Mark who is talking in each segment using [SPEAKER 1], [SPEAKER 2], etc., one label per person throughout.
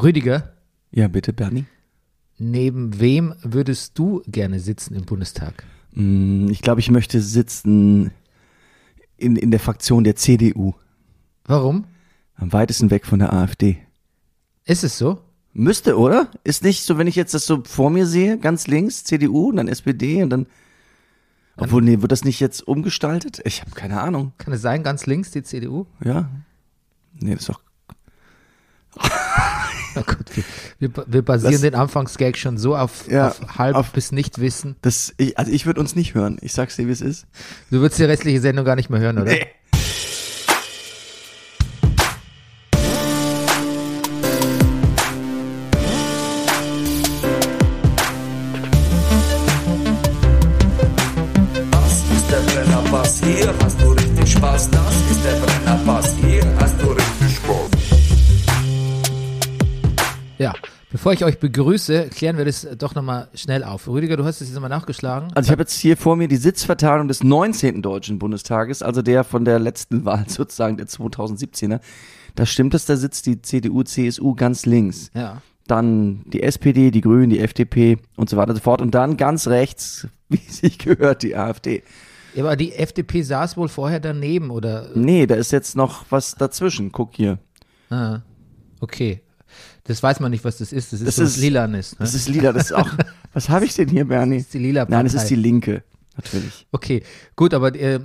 [SPEAKER 1] Rüdiger,
[SPEAKER 2] Ja, bitte, Bernie.
[SPEAKER 1] neben wem würdest du gerne sitzen im Bundestag?
[SPEAKER 2] Mm, Ich glaube, ich möchte sitzen in, in der Fraktion der CDU.
[SPEAKER 1] Warum?
[SPEAKER 2] Am weitesten weg von der AfD.
[SPEAKER 1] Ist es so?
[SPEAKER 2] Müsste, oder? Ist nicht so, wenn ich jetzt das so vor mir sehe, ganz links, CDU und dann SPD und dann. Obwohl, nee, wird das nicht jetzt umgestaltet? Ich habe keine Ahnung.
[SPEAKER 1] Kann es sein, ganz links die CDU?
[SPEAKER 2] Ja. Nee, das ist doch.
[SPEAKER 1] Na gut, wir, wir, ba- wir basieren
[SPEAKER 2] Das-
[SPEAKER 1] den Anfangsgag schon so auf,
[SPEAKER 2] Ja,
[SPEAKER 1] auf halb
[SPEAKER 2] auf-
[SPEAKER 1] bis nicht wissen.
[SPEAKER 2] Das, ich, also ich würde uns nicht hören. Ich sag's dir, wie es ist.
[SPEAKER 1] Du würdest die restliche Sendung gar nicht mehr hören, oder?
[SPEAKER 2] Nee.
[SPEAKER 3] Das ist der Brennerpass, hier hast du richtig Spaß. Das ist der Brennerpass, hier hast du richtig Spaß.
[SPEAKER 1] Ja. Bevor ich euch begrüße, klären wir das doch nochmal schnell auf. Rüdiger, du hast es jetzt nochmal nachgeschlagen.
[SPEAKER 2] Also ich habe jetzt hier vor mir die Sitzverteilung des 19. Deutschen Bundestages, also der von der letzten Wahl sozusagen, der 2017er. Da stimmt es, da sitzt die CDU, CSU ganz links.
[SPEAKER 1] Ja.
[SPEAKER 2] Dann die SPD, die Grünen, die FDP und so weiter und so fort. Und dann ganz rechts, wie sich gehört, die AfD.
[SPEAKER 1] Ja, Aber die FDP saß wohl vorher daneben, oder?
[SPEAKER 2] Nee, da ist jetzt noch was dazwischen. Guck hier.
[SPEAKER 1] Ah, okay. Das weiß man nicht, was das ist. Das ist
[SPEAKER 2] Das
[SPEAKER 1] so was
[SPEAKER 2] ist-
[SPEAKER 1] Lilanes. Ne?
[SPEAKER 2] Das ist Lila, das ist auch. Was habe ich denn hier, Bernie?
[SPEAKER 1] ist die lila
[SPEAKER 2] Nein, das
[SPEAKER 1] Partei.
[SPEAKER 2] ist die Linke. Natürlich.
[SPEAKER 1] Okay, gut, aber äh,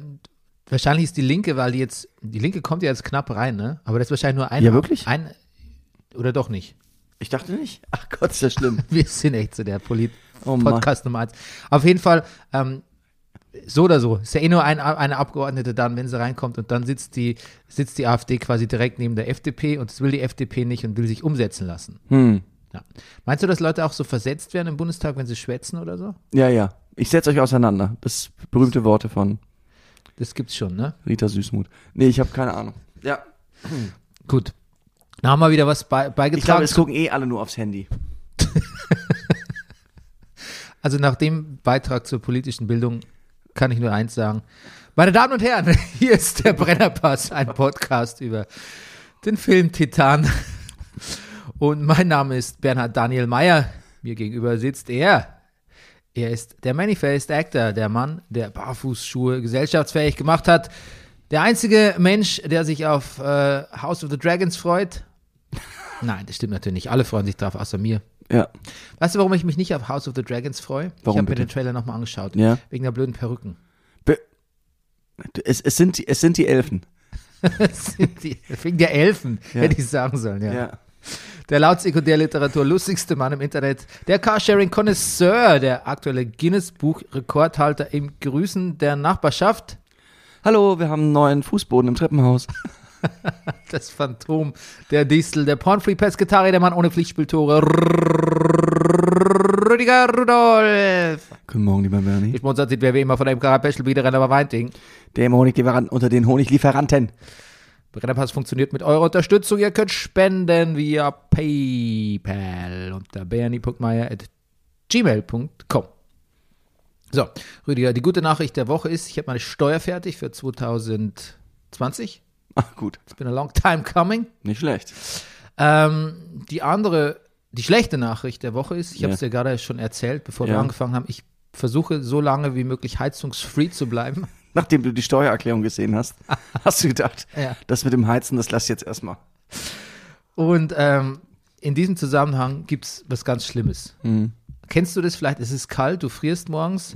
[SPEAKER 1] wahrscheinlich ist die Linke, weil die jetzt, die Linke kommt ja jetzt knapp rein, ne? Aber das ist wahrscheinlich nur ein.
[SPEAKER 2] Ja, wirklich?
[SPEAKER 1] Ein, oder doch nicht?
[SPEAKER 2] Ich dachte nicht. Ach Gott, ist das schlimm.
[SPEAKER 1] Wir sind echt so der Polit
[SPEAKER 2] Oh Mann.
[SPEAKER 1] Podcast Nummer eins. Auf jeden Fall, ähm, so oder so, ist ja eh nur ein, eine Abgeordnete dann, wenn sie reinkommt und dann sitzt die, sitzt die AfD quasi direkt neben der FDP und das will die FDP nicht und will sich umsetzen lassen.
[SPEAKER 2] Hm.
[SPEAKER 1] Ja. Meinst du, dass Leute auch so versetzt werden im Bundestag, wenn sie schwätzen oder so?
[SPEAKER 2] Ja, ja. Ich setze euch auseinander. Das berühmte Worte von
[SPEAKER 1] Das gibt's schon, ne?
[SPEAKER 2] Rita Süßmuth. Nee, ich habe keine Ahnung. Ja.
[SPEAKER 1] Gut. Da haben wir wieder was bei,
[SPEAKER 2] Ich glaube,
[SPEAKER 1] beigetragen.
[SPEAKER 2] es gucken eh alle nur aufs Handy.
[SPEAKER 1] Also nach dem Beitrag zur politischen Bildung kann ich nur eins sagen. Meine Damen und Herren, hier ist der Brennerpass, ein Podcast über den Film Titan. Und mein Name ist Bernhard Daniel Meyer. Mir gegenüber sitzt er. Er ist der Manifest Actor, der Mann, der Barfußschuhe gesellschaftsfähig gemacht hat. Der einzige Mensch, der sich auf äh, House of the Dragons freut. Nein, das stimmt natürlich nicht. Alle freuen sich drauf, außer mir.
[SPEAKER 2] Ja.
[SPEAKER 1] Weißt du, warum ich mich nicht auf House of the Dragons freue? ich
[SPEAKER 2] Warum
[SPEAKER 1] habe mir
[SPEAKER 2] bitte?
[SPEAKER 1] den Trailer nochmal angeschaut.
[SPEAKER 2] Ja.
[SPEAKER 1] Wegen der blöden Perücken.
[SPEAKER 2] Be es, es, sind, die- es sind die Elfen.
[SPEAKER 1] Das sind die, wegen der Elfen,
[SPEAKER 2] Ja.
[SPEAKER 1] hätte ich sagen sollen. Ja. Der laut Sekundärliteratur lustigste Mann im Internet, der carsharing konnoisseur der aktuelle Guinness-Buch-Rekordhalter im Grüßen der Nachbarschaft,
[SPEAKER 2] Hallo, wir haben einen neuen Fußboden im Treppenhaus.
[SPEAKER 1] das Phantom der Distel, der Pornfree-Pesketari, der Mann ohne Pflichtspieltore, Rüdiger Rudolf.
[SPEAKER 2] Guten Morgen, lieber Bernie.
[SPEAKER 1] Gesponsert sind wir wie immer von dem Karapeschel, wieder Renner Weinting.
[SPEAKER 2] Der im Honiglieferant unter den Honiglieferanten.
[SPEAKER 1] Brennerpass funktioniert mit eurer Unterstützung. Ihr könnt spenden via PayPal unter bernie.meier.gmail.com. So, Rüdiger, die gute Nachricht der Woche ist, ich habe meine Steuer fertig für 2020.
[SPEAKER 2] Ach Ah, gut,
[SPEAKER 1] It's been a long time coming.
[SPEAKER 2] nicht schlecht.
[SPEAKER 1] Ähm, die andere, die schlechte Nachricht der Woche ist, ich
[SPEAKER 2] Ja.
[SPEAKER 1] habe es dir gerade schon erzählt, bevor wir
[SPEAKER 2] Ja.
[SPEAKER 1] angefangen haben, ich versuche so lange wie möglich heizungsfree zu bleiben.
[SPEAKER 2] Nachdem du die Steuererklärung gesehen hast, hast du gedacht,
[SPEAKER 1] Ja.
[SPEAKER 2] das mit dem Heizen, das lass ich jetzt erstmal.
[SPEAKER 1] Und ähm, in diesem Zusammenhang gibt es was ganz Schlimmes.
[SPEAKER 2] Mhm.
[SPEAKER 1] Kennst du das vielleicht? Es ist kalt, du frierst morgens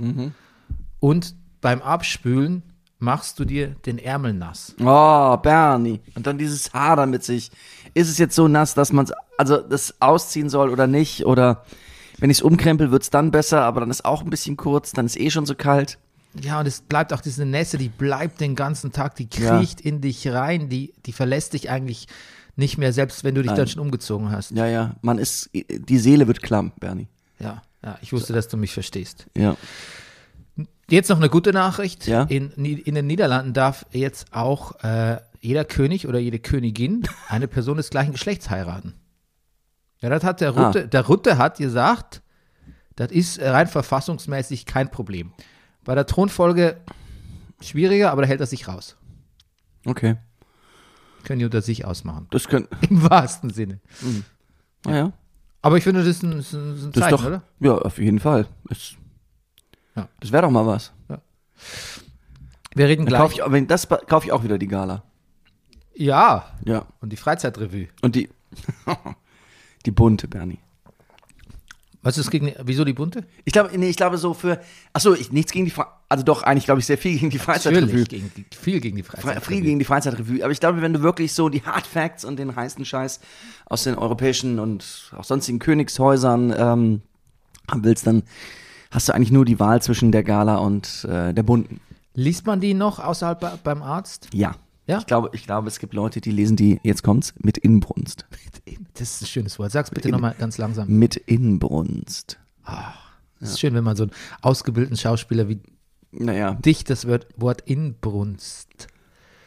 [SPEAKER 1] und beim Abspülen machst du dir den Ärmel nass.
[SPEAKER 2] Oh, Bernie. Und dann dieses Hadern mit sich. Ist es jetzt so nass, dass man also das ausziehen soll oder nicht? Oder wenn ich es umkrempel, wird's dann besser, aber dann ist auch ein bisschen kurz, dann ist eh schon so kalt.
[SPEAKER 1] Ja, und es bleibt auch diese Nässe, die bleibt den ganzen Tag, die
[SPEAKER 2] Ja.
[SPEAKER 1] kriecht in dich rein, die, die verlässt dich eigentlich nicht mehr, selbst wenn du dich dann schon umgezogen hast.
[SPEAKER 2] Ja, ja. Man ist, die Seele wird klamm, Bernie.
[SPEAKER 1] Ja, ja ich wusste, dass du mich verstehst.
[SPEAKER 2] Ja.
[SPEAKER 1] Jetzt noch eine gute Nachricht.
[SPEAKER 2] Ja.
[SPEAKER 1] In, Ni- in den Niederlanden darf jetzt auch äh, jeder König oder jede Königin eine Person des gleichen Geschlechts heiraten. Ja, das hat der
[SPEAKER 2] Ah.
[SPEAKER 1] Rutte, der Rutte hat gesagt, das ist rein verfassungsmäßig kein Problem. Bei der Thronfolge schwieriger, aber da hält er sich raus.
[SPEAKER 2] Okay.
[SPEAKER 1] Können die unter sich ausmachen.
[SPEAKER 2] Das könnte,
[SPEAKER 1] Im wahrsten Sinne.
[SPEAKER 2] Naja.
[SPEAKER 1] Aber ich finde, das ist ein, ist ein, ist ein
[SPEAKER 2] Das
[SPEAKER 1] Zeichen,
[SPEAKER 2] ist doch.
[SPEAKER 1] oder?
[SPEAKER 2] Ja, auf jeden Fall. Ist,
[SPEAKER 1] Ja.
[SPEAKER 2] Das wäre doch mal was.
[SPEAKER 1] Wir reden
[SPEAKER 2] Dann kauf
[SPEAKER 1] gleich.
[SPEAKER 2] ich, wenn das ba- kauf ich auch wieder die Gala.
[SPEAKER 1] Ja,
[SPEAKER 2] Ja.
[SPEAKER 1] und die Freizeitrevue.
[SPEAKER 2] Und die. die bunte, Bernie.
[SPEAKER 1] Was ist gegen, wieso die bunte?
[SPEAKER 2] Ich glaube, nee, ich glaube so für. Achso, ich, nichts gegen die Fre Also doch, eigentlich glaube ich sehr viel gegen die Freizeitrevue.
[SPEAKER 1] Natürlich, gegen, die- viel gegen die
[SPEAKER 2] Fre-
[SPEAKER 1] Freizeitrevue.
[SPEAKER 2] Frieden gegen die Freizeitrevue. Aber ich glaube, wenn du wirklich so die Hard Facts und den heißen Scheiß aus den europäischen und auch sonstigen Königshäusern ähm, haben willst, dann hast du eigentlich nur die Wahl zwischen der Gala und äh, der bunten.
[SPEAKER 1] Liest man die noch außerhalb bei, beim Arzt?
[SPEAKER 2] Ja.
[SPEAKER 1] Ja?
[SPEAKER 2] Ich glaube, ich glaube, es gibt Leute, die lesen die, jetzt kommt's, mit Inbrunst.
[SPEAKER 1] Das ist ein schönes Wort. Sag's bitte nochmal ganz langsam.
[SPEAKER 2] Mit Inbrunst.
[SPEAKER 1] Es ist schön, wenn man so einen ausgebildeten Schauspieler wie
[SPEAKER 2] Naja,
[SPEAKER 1] dich das Wort, Wort Inbrunst.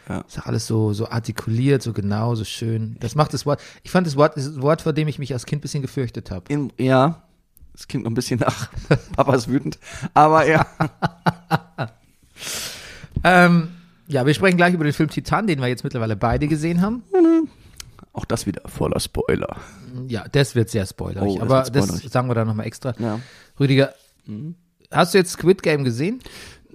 [SPEAKER 2] Ja.
[SPEAKER 1] Ist ja alles so, so artikuliert, so genau, so schön. Das macht das Wort. Ich fand das Wort ist ein Wort, vor dem ich mich als Kind ein bisschen gefürchtet habe.
[SPEAKER 2] in, ja, es klingt noch ein bisschen nach, Papa ist wütend, aber ja.
[SPEAKER 1] Ähm, ja, wir sprechen gleich über den Film Titan, den wir jetzt mittlerweile beide gesehen haben.
[SPEAKER 2] Auch das wieder voller Spoiler.
[SPEAKER 1] Ja, das wird sehr spoilerig,
[SPEAKER 2] Oh, das
[SPEAKER 1] aber
[SPEAKER 2] wird
[SPEAKER 1] das
[SPEAKER 2] spoilerig. Mhm.
[SPEAKER 1] sagen wir dann nochmal extra.
[SPEAKER 2] Ja.
[SPEAKER 1] Rüdiger, hast du jetzt Squid Game gesehen?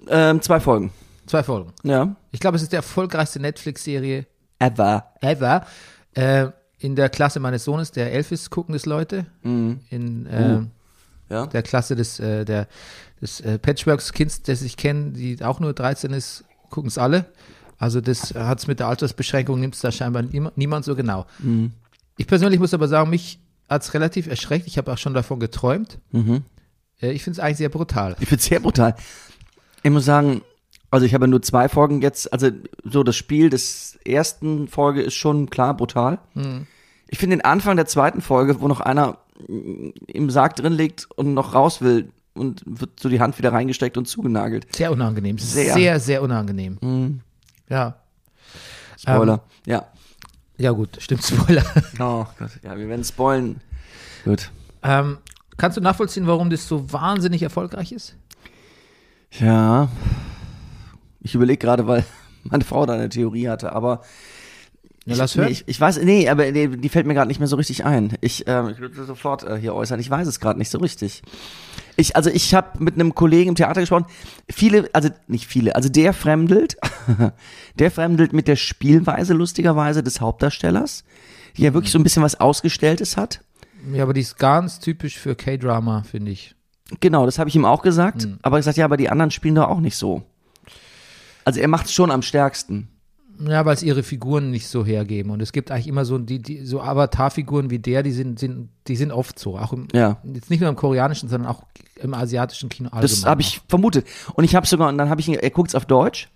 [SPEAKER 2] Ähm, zwei Folgen.
[SPEAKER 1] Zwei Folgen.
[SPEAKER 2] Ja.
[SPEAKER 1] Ich glaube, es ist die erfolgreichste Netflix-Serie
[SPEAKER 2] Ever.
[SPEAKER 1] ever. Äh, in der Klasse meines Sohnes, der elf ist, gucken das Leute. In äh,
[SPEAKER 2] Ja.
[SPEAKER 1] der Klasse des, äh, der, des äh, Patchworks-Kinds, das ich kenne, die auch nur 13 ist, gucken es alle. Also das hat es mit der Altersbeschränkung, nimmt es da scheinbar niem- niemand so genau. Ich persönlich muss aber sagen, mich hat es relativ erschreckt. Ich habe auch schon davon geträumt. Äh, ich finde es eigentlich sehr brutal.
[SPEAKER 2] Ich find's sehr brutal. Ich muss sagen, also ich habe nur zwei Folgen jetzt, also so das Spiel des ersten Folge ist schon klar brutal. Ich finde den Anfang der zweiten Folge, wo noch einer mm, im Sarg drin liegt und noch raus will und wird so die Hand wieder reingesteckt und zugenagelt.
[SPEAKER 1] Sehr unangenehm. Sehr,
[SPEAKER 2] Sehr.
[SPEAKER 1] sehr, unangenehm. Ja.
[SPEAKER 2] Spoiler. ja.
[SPEAKER 1] Ja, gut, stimmt, Spoiler.
[SPEAKER 2] Ähm. Oh Gott. Ja, wir werden spoilen. Gut.
[SPEAKER 1] ähm, kannst du nachvollziehen, warum das so wahnsinnig erfolgreich ist?
[SPEAKER 2] Ja. Ich überlege gerade, weil meine Frau da eine Theorie hatte, aber
[SPEAKER 1] Ja,
[SPEAKER 2] Ich-
[SPEAKER 1] lass
[SPEAKER 2] nee,
[SPEAKER 1] hören.
[SPEAKER 2] Ich, ich weiß, nee, aber die, die fällt mir gerade nicht mehr so richtig ein. Ich, ähm, ich würde sofort äh, hier äußern. Ich weiß es gerade nicht so richtig. Ich, also ich habe mit einem Kollegen im Theater gesprochen. Viele, also nicht viele, also der fremdelt, der fremdelt mit der Spielweise lustigerweise des Hauptdarstellers, die ja wirklich so ein bisschen was Ausgestelltes hat.
[SPEAKER 1] ja, aber die ist ganz typisch für K-Drama, finde ich.
[SPEAKER 2] Genau, das habe ich ihm auch gesagt. Aber gesagt, ja, aber die anderen spielen da auch nicht so. Also er macht es schon am stärksten.
[SPEAKER 1] Ja, weil es ihre Figuren nicht so hergeben. Und es gibt eigentlich immer so, die, die, so Avatar-Figuren wie der, die sind, sind, die sind oft so. Auch im,
[SPEAKER 2] Ja.
[SPEAKER 1] jetzt nicht nur im koreanischen, sondern auch im asiatischen Kino allgemein.
[SPEAKER 2] Das habe ich vermutet. Und ich habe sogar, und dann habe ich ihn, er guckt es auf Deutsch.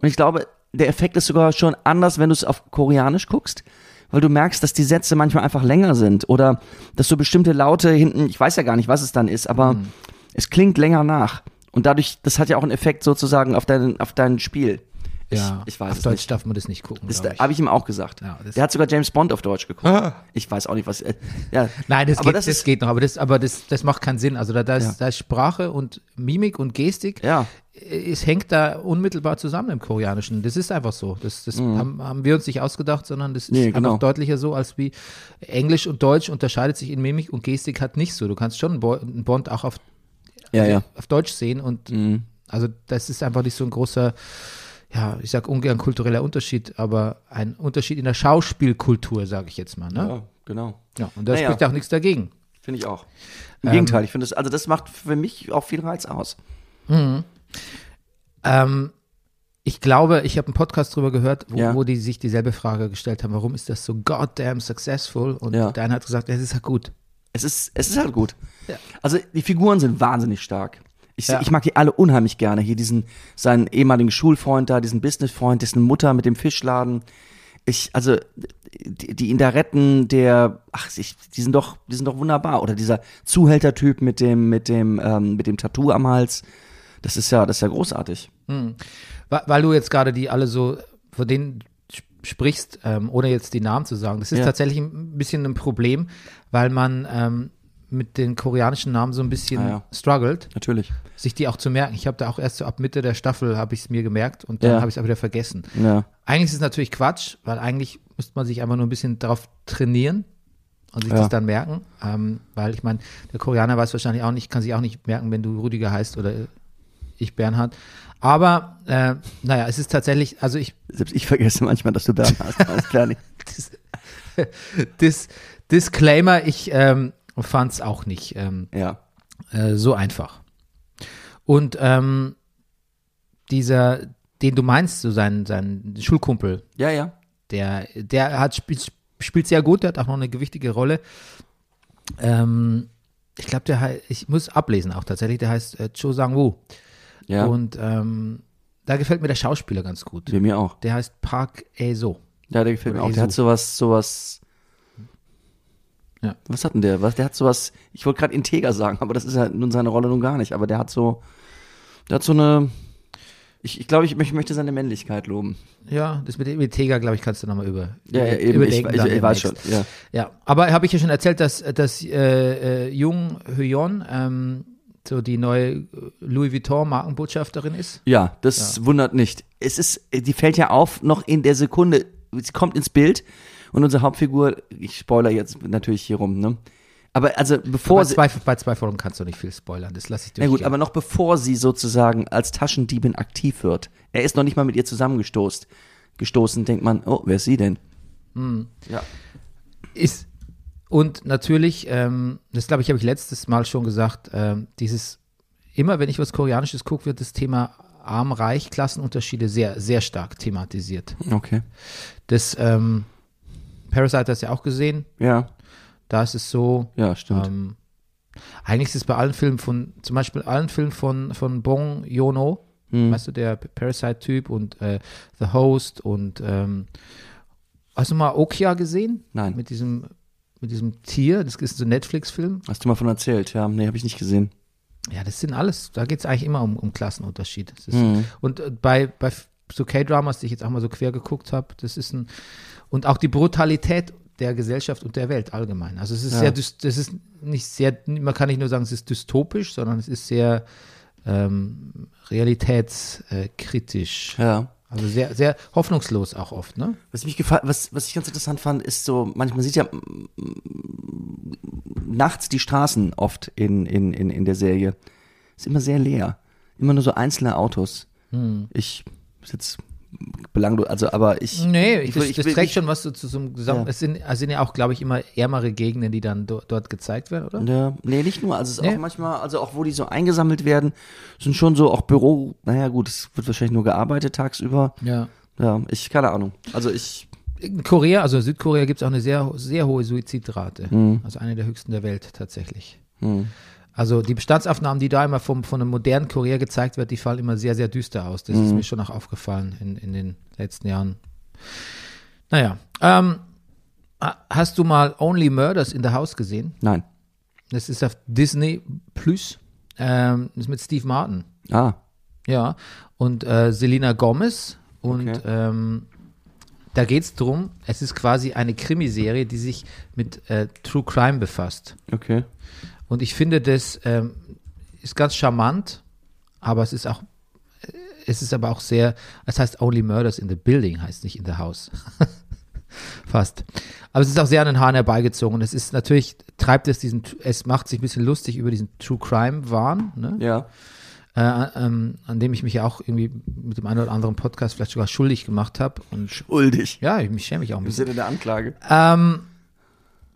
[SPEAKER 2] Und ich glaube, der Effekt ist sogar schon anders, wenn du es auf Koreanisch guckst, weil du merkst, dass die Sätze manchmal einfach länger sind oder dass so bestimmte Laute hinten, ich weiß ja gar nicht, was es dann ist, aber
[SPEAKER 1] Mhm.
[SPEAKER 2] es klingt länger nach. Und dadurch, das hat ja auch einen Effekt sozusagen auf dein, auf dein Spiel. Ich,
[SPEAKER 1] ja,
[SPEAKER 2] ich weiß
[SPEAKER 1] Auf
[SPEAKER 2] es
[SPEAKER 1] Deutsch
[SPEAKER 2] nicht.
[SPEAKER 1] darf man das nicht gucken.
[SPEAKER 2] Das
[SPEAKER 1] glaub ich.
[SPEAKER 2] habe ich ihm auch gesagt.
[SPEAKER 1] Ja, das- Ah.
[SPEAKER 2] der hat sogar James Bond auf Deutsch geguckt. Ich weiß auch nicht, was. Äh, ja.
[SPEAKER 1] Nein, das,
[SPEAKER 2] aber
[SPEAKER 1] geht, das,
[SPEAKER 2] das ist
[SPEAKER 1] geht noch, aber das, aber das, das macht keinen Sinn. Also da, da, ist,
[SPEAKER 2] Ja.
[SPEAKER 1] da ist Sprache und Mimik und Gestik,
[SPEAKER 2] Ja.
[SPEAKER 1] es hängt da unmittelbar zusammen im Koreanischen. Das ist einfach so. Das, das haben, haben wir uns nicht ausgedacht, sondern das ist
[SPEAKER 2] Mhm. Nee, genau.
[SPEAKER 1] einfach deutlicher so, als wie Englisch und Deutsch unterscheidet sich in Mimik und Gestik hat nicht so. Du kannst schon einen Bo- einen Bond auch auf,
[SPEAKER 2] ja, ja. Mhm.
[SPEAKER 1] auf Deutsch sehen und also das ist einfach nicht so ein großer, ja, ich sag ungern kultureller Unterschied, aber ein Unterschied in der Schauspielkultur, sage ich jetzt mal. Ne?
[SPEAKER 2] ja, genau.
[SPEAKER 1] Ja. und da
[SPEAKER 2] Naja.
[SPEAKER 1] spricht auch nichts dagegen.
[SPEAKER 2] Finde ich auch. Im Gegenteil, ich finde das, also das macht für mich auch viel Reiz aus.
[SPEAKER 1] Ähm, ich glaube, ich habe einen Podcast drüber gehört, wo,
[SPEAKER 2] Ja.
[SPEAKER 1] wo die sich dieselbe Frage gestellt haben, warum ist das so goddamn successful? Und
[SPEAKER 2] Ja.
[SPEAKER 1] der eine hat gesagt, es ist ja gut.
[SPEAKER 2] Es ist, es ist halt gut.
[SPEAKER 1] Ja.
[SPEAKER 2] Also die Figuren sind wahnsinnig stark. Ich,
[SPEAKER 1] Ja.
[SPEAKER 2] ich mag die alle unheimlich gerne. Hier diesen, seinen ehemaligen Schulfreund da, diesen Businessfreund, dessen Mutter mit dem Fischladen. Ich, also, die, die ihn da retten, der, ach, ich, die sind doch, die sind doch wunderbar. Oder dieser Zuhältertyp mit dem, mit dem, ähm, mit dem Tattoo am Hals. Das ist ja, das ist ja großartig.
[SPEAKER 1] Weil, weil du jetzt gerade die alle so, von denen sp- sprichst, ähm, ohne jetzt die Namen zu sagen. Das ist
[SPEAKER 2] Ja.
[SPEAKER 1] tatsächlich ein bisschen ein Problem, weil man ähm, mit den koreanischen Namen so ein bisschen
[SPEAKER 2] Ah, ja.
[SPEAKER 1] struggelt,
[SPEAKER 2] Natürlich.
[SPEAKER 1] sich die auch zu merken. Ich habe da auch erst so ab Mitte der Staffel habe ich es mir gemerkt und dann
[SPEAKER 2] Ja.
[SPEAKER 1] habe ich es aber wieder vergessen.
[SPEAKER 2] Ja.
[SPEAKER 1] Eigentlich ist es natürlich Quatsch, weil eigentlich müsste man sich einfach nur ein bisschen drauf trainieren. und sich
[SPEAKER 2] Ja.
[SPEAKER 1] das dann merken. Ähm, weil ich meine, der Koreaner weiß wahrscheinlich auch nicht, kann sich auch nicht merken, wenn du Rüdiger heißt oder äh, ich Bernhard. Aber äh, naja, es ist tatsächlich, also ich,
[SPEAKER 2] Selbst ich vergesse manchmal, dass du Bernhard heißt, Bernie.
[SPEAKER 1] dis, dis, Disclaimer, ich ähm, fand es auch nicht ähm,
[SPEAKER 2] Ja.
[SPEAKER 1] äh, so einfach. Und ähm, dieser, den du meinst, so sein, sein Schulkumpel,
[SPEAKER 2] Ja, ja.
[SPEAKER 1] Der, der hat, spielt, spielt sehr gut, der hat auch noch eine gewichtige Rolle. Ähm, ich glaube, der heißt, ich muss ablesen auch tatsächlich, der heißt äh, Cho Sang-woo.
[SPEAKER 2] Ja.
[SPEAKER 1] Und ähm, da gefällt mir der Schauspieler ganz gut.
[SPEAKER 2] Wie mir auch.
[SPEAKER 1] Der heißt Park Ae-so.
[SPEAKER 2] Ja, der gefällt mir eh
[SPEAKER 1] Oder
[SPEAKER 2] auch. Der hat
[SPEAKER 1] Esu.
[SPEAKER 2] sowas, sowas.
[SPEAKER 1] Ja.
[SPEAKER 2] Was hat denn der? Was, der hat sowas, ich wollte gerade integer sagen, aber das ist ja nun seine Rolle nun gar nicht. Aber der hat so, der hat so eine, ich, ich glaube, ich, möcht- möchte seine Männlichkeit loben.
[SPEAKER 1] Ja, das mit dem Integer, glaube ich, kannst du nochmal über,
[SPEAKER 2] Ja, ja, eben,
[SPEAKER 1] überdenken.
[SPEAKER 2] ich- ich-
[SPEAKER 1] dann
[SPEAKER 2] ich weiß
[SPEAKER 1] demnächst.
[SPEAKER 2] schon, ja.
[SPEAKER 1] aber habe ich ja schon erzählt, dass, dass äh, äh, Jung Hyeon ähm, so die neue äh, Louis Vuitton Markenbotschafterin ist.
[SPEAKER 2] Ja, das wundert nicht. Es ist, die fällt ja auf noch in der Sekunde. Sie kommt ins Bild und unsere Hauptfigur, ich spoiler jetzt natürlich hier rum, ne? Aber also bevor
[SPEAKER 1] Bei
[SPEAKER 2] sie,
[SPEAKER 1] zwei, bei zwei Folgen kannst du nicht viel spoilern, das lasse ich
[SPEAKER 2] Na
[SPEAKER 1] durchgehen.
[SPEAKER 2] gut, aber noch bevor sie sozusagen als Taschendiebin aktiv wird. Er ist noch nicht mal mit ihr zusammengestoßt. Gestoßen, denkt man, oh, wer ist sie denn?
[SPEAKER 1] Hm.
[SPEAKER 2] Ja.
[SPEAKER 1] Ist. Und natürlich, ähm, das glaube ich, habe ich letztes Mal schon gesagt, ähm, dieses, immer wenn ich was Koreanisches gucke, wird das Thema Arm-Reich, Klassenunterschiede sehr, sehr stark thematisiert.
[SPEAKER 2] Okay.
[SPEAKER 1] Das, ähm, Parasite hast du ja auch gesehen,
[SPEAKER 2] Ja,
[SPEAKER 1] da ist es so,
[SPEAKER 2] ja, stimmt.
[SPEAKER 1] ähm, eigentlich ist es bei allen Filmen von, zum Beispiel allen Filmen von, von Bong Joon-ho,
[SPEAKER 2] Hm.
[SPEAKER 1] weißt du, der Parasite-Typ und äh, The Host und ähm, hast du mal Okja gesehen?
[SPEAKER 2] Nein.
[SPEAKER 1] Mit diesem, mit diesem Tier, das ist so ein Netflix-Film.
[SPEAKER 2] Hast du mal von erzählt? Ja, nee, habe ich nicht gesehen.
[SPEAKER 1] Ja, das sind alles, da geht es eigentlich immer um, um Klassenunterschied. Das ist,
[SPEAKER 2] Mhm.
[SPEAKER 1] Und äh, bei, bei so K-Dramas, die ich jetzt auch mal so quer geguckt habe, das ist ein, und auch die Brutalität der Gesellschaft und der Welt allgemein. Also es ist
[SPEAKER 2] Ja.
[SPEAKER 1] sehr, dys- das ist nicht sehr, man kann nicht nur sagen, es ist dystopisch, sondern es ist sehr ähm, realitätskritisch.
[SPEAKER 2] Ja.
[SPEAKER 1] Also sehr, sehr hoffnungslos auch oft, ne?
[SPEAKER 2] Was mich gefallen, was, was ich ganz interessant fand, ist so, manchmal sieht ja mm, nachts die Straßen oft in, in, in, in der Serie. Ist immer sehr leer. Immer nur so einzelne Autos.
[SPEAKER 1] Hm.
[SPEAKER 2] Ich ist jetzt belanglos, also aber ich.
[SPEAKER 1] Nee, ich, das,
[SPEAKER 2] will-
[SPEAKER 1] das
[SPEAKER 2] will-
[SPEAKER 1] trägt schon was so zu so einem Gesamt.
[SPEAKER 2] Ja.
[SPEAKER 1] Es, sind, es sind ja auch, glaube ich, immer ärmere Gegenden, die dann do, dort gezeigt werden, oder?
[SPEAKER 2] Ja, nee, nicht nur. Also es ist
[SPEAKER 1] Nee.
[SPEAKER 2] auch manchmal, also auch wo die so eingesammelt werden, sind schon so auch Büro, naja gut, es wird wahrscheinlich nur gearbeitet tagsüber.
[SPEAKER 1] Ja.
[SPEAKER 2] Ja, ich, keine Ahnung. Also ich,
[SPEAKER 1] In Korea, also in Südkorea, gibt es auch eine sehr, sehr hohe Suizidrate. Also eine der höchsten der Welt tatsächlich. Also die Bestandsaufnahmen, die da immer vom, von einem modernen Korea gezeigt wird, die fallen immer sehr, sehr düster aus. Das ist mir schon auch aufgefallen in, in den letzten Jahren. Naja. Ähm, ha- hast du mal Only Murders in the House gesehen?
[SPEAKER 2] nein.
[SPEAKER 1] Das ist auf Disney Plus. Ähm, das ist mit Steve Martin.
[SPEAKER 2] Ah,
[SPEAKER 1] Ja, und äh, Selena Gomez. Und
[SPEAKER 2] Okay.
[SPEAKER 1] ähm, da geht es drum, es ist quasi eine Krimiserie, die sich mit äh, True Crime befasst.
[SPEAKER 2] okay.
[SPEAKER 1] Und ich finde, das ähm, ist ganz charmant, aber es ist auch, äh, es ist aber auch sehr, es heißt Only Murders in the Building, heißt nicht in the House. Fast. Aber es ist auch sehr an den Haaren herbeigezogen. Und es ist natürlich, treibt es diesen, es macht sich ein bisschen lustig über diesen True Crime-Wahn, ne?
[SPEAKER 2] Ja.
[SPEAKER 1] äh, ähm, an dem ich mich ja auch irgendwie mit dem einen oder anderen Podcast vielleicht sogar schuldig gemacht habe. Und
[SPEAKER 2] Uldig.
[SPEAKER 1] ja, ich mich schäme mich auch ein
[SPEAKER 2] Im
[SPEAKER 1] bisschen.
[SPEAKER 2] Sinne der Anklage.
[SPEAKER 1] Ähm,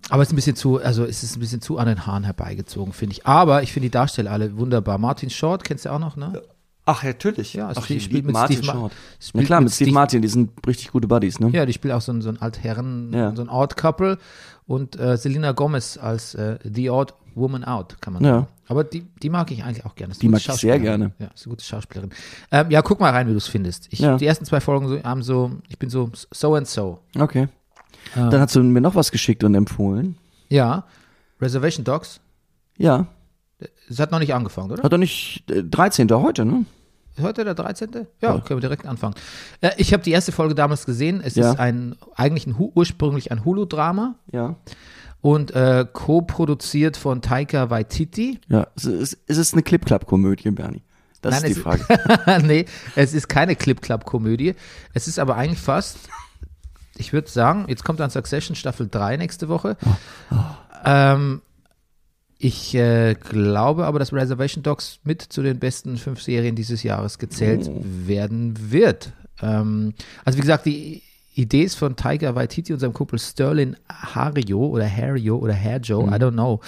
[SPEAKER 1] aber es ist ein bisschen zu, also es ist ein bisschen zu an den Haaren herbeigezogen, finde ich. Aber ich finde die Darsteller alle wunderbar. Martin Short kennst du auch noch, ne?
[SPEAKER 2] Ach, natürlich.
[SPEAKER 1] Ja, es
[SPEAKER 2] Ach,
[SPEAKER 1] spielt-
[SPEAKER 2] ich
[SPEAKER 1] spielt
[SPEAKER 2] lieb
[SPEAKER 1] mit
[SPEAKER 2] Martin
[SPEAKER 1] Steve Ma-
[SPEAKER 2] Short.
[SPEAKER 1] spielt
[SPEAKER 2] Na klar,
[SPEAKER 1] mit
[SPEAKER 2] mit, Steve,
[SPEAKER 1] Steve-
[SPEAKER 2] Martin, die sind richtig gute Buddies, ne?
[SPEAKER 1] Ja, die spielt auch so ein, so ein Altherren,
[SPEAKER 2] Ja.
[SPEAKER 1] so ein Odd-Couple. Und äh, Selena Gomez als äh, The Odd Woman Out, kann man
[SPEAKER 2] Ja.
[SPEAKER 1] sagen. Aber die, die mag ich eigentlich auch gerne. Ist
[SPEAKER 2] Die
[SPEAKER 1] eine
[SPEAKER 2] mag
[SPEAKER 1] gute
[SPEAKER 2] ich sehr
[SPEAKER 1] Schauspielerin. Ja, ist eine gute Schauspielerin. Ähm, ja, guck mal rein, wie du es findest. Ich,
[SPEAKER 2] Ja.
[SPEAKER 1] Die ersten zwei Folgen so- haben so, ich bin so so and so.
[SPEAKER 2] Okay.
[SPEAKER 1] Ah.
[SPEAKER 2] Dann hast du mir noch was geschickt und empfohlen.
[SPEAKER 1] Ja, Reservation Dogs.
[SPEAKER 2] Ja.
[SPEAKER 1] Es hat noch nicht angefangen, oder?
[SPEAKER 2] Hat doch nicht äh, 13. heute, ne?
[SPEAKER 1] Ist heute der 13.? Ja, können wir direkt anfangen. Äh, ich habe die erste Folge damals gesehen. Es
[SPEAKER 2] Ja.
[SPEAKER 1] ist ein, eigentlich ein, Hu- ursprünglich ein Hulu-Drama
[SPEAKER 2] Ja.
[SPEAKER 1] und äh, co-produziert von Taika Waititi.
[SPEAKER 2] Ja. Es ist, es ist eine Clip-Clap-Komödie, Bernie. Das
[SPEAKER 1] Nein,
[SPEAKER 2] ist die
[SPEAKER 1] es-
[SPEAKER 2] Frage.
[SPEAKER 1] nee, es ist keine Clip-Club-Komödie. Es ist aber eigentlich fast ich würde sagen, jetzt kommt dann Succession Staffel 3 nächste Woche. Ähm, ich äh, glaube aber, dass Reservation Dogs mit zu den besten fünf Serien dieses Jahres gezählt werden wird. Ähm, also wie gesagt, die Idee ist von Tiger Waititi und seinem Kumpel Sterling Hario oder Hario oder Hairjo, I don't know.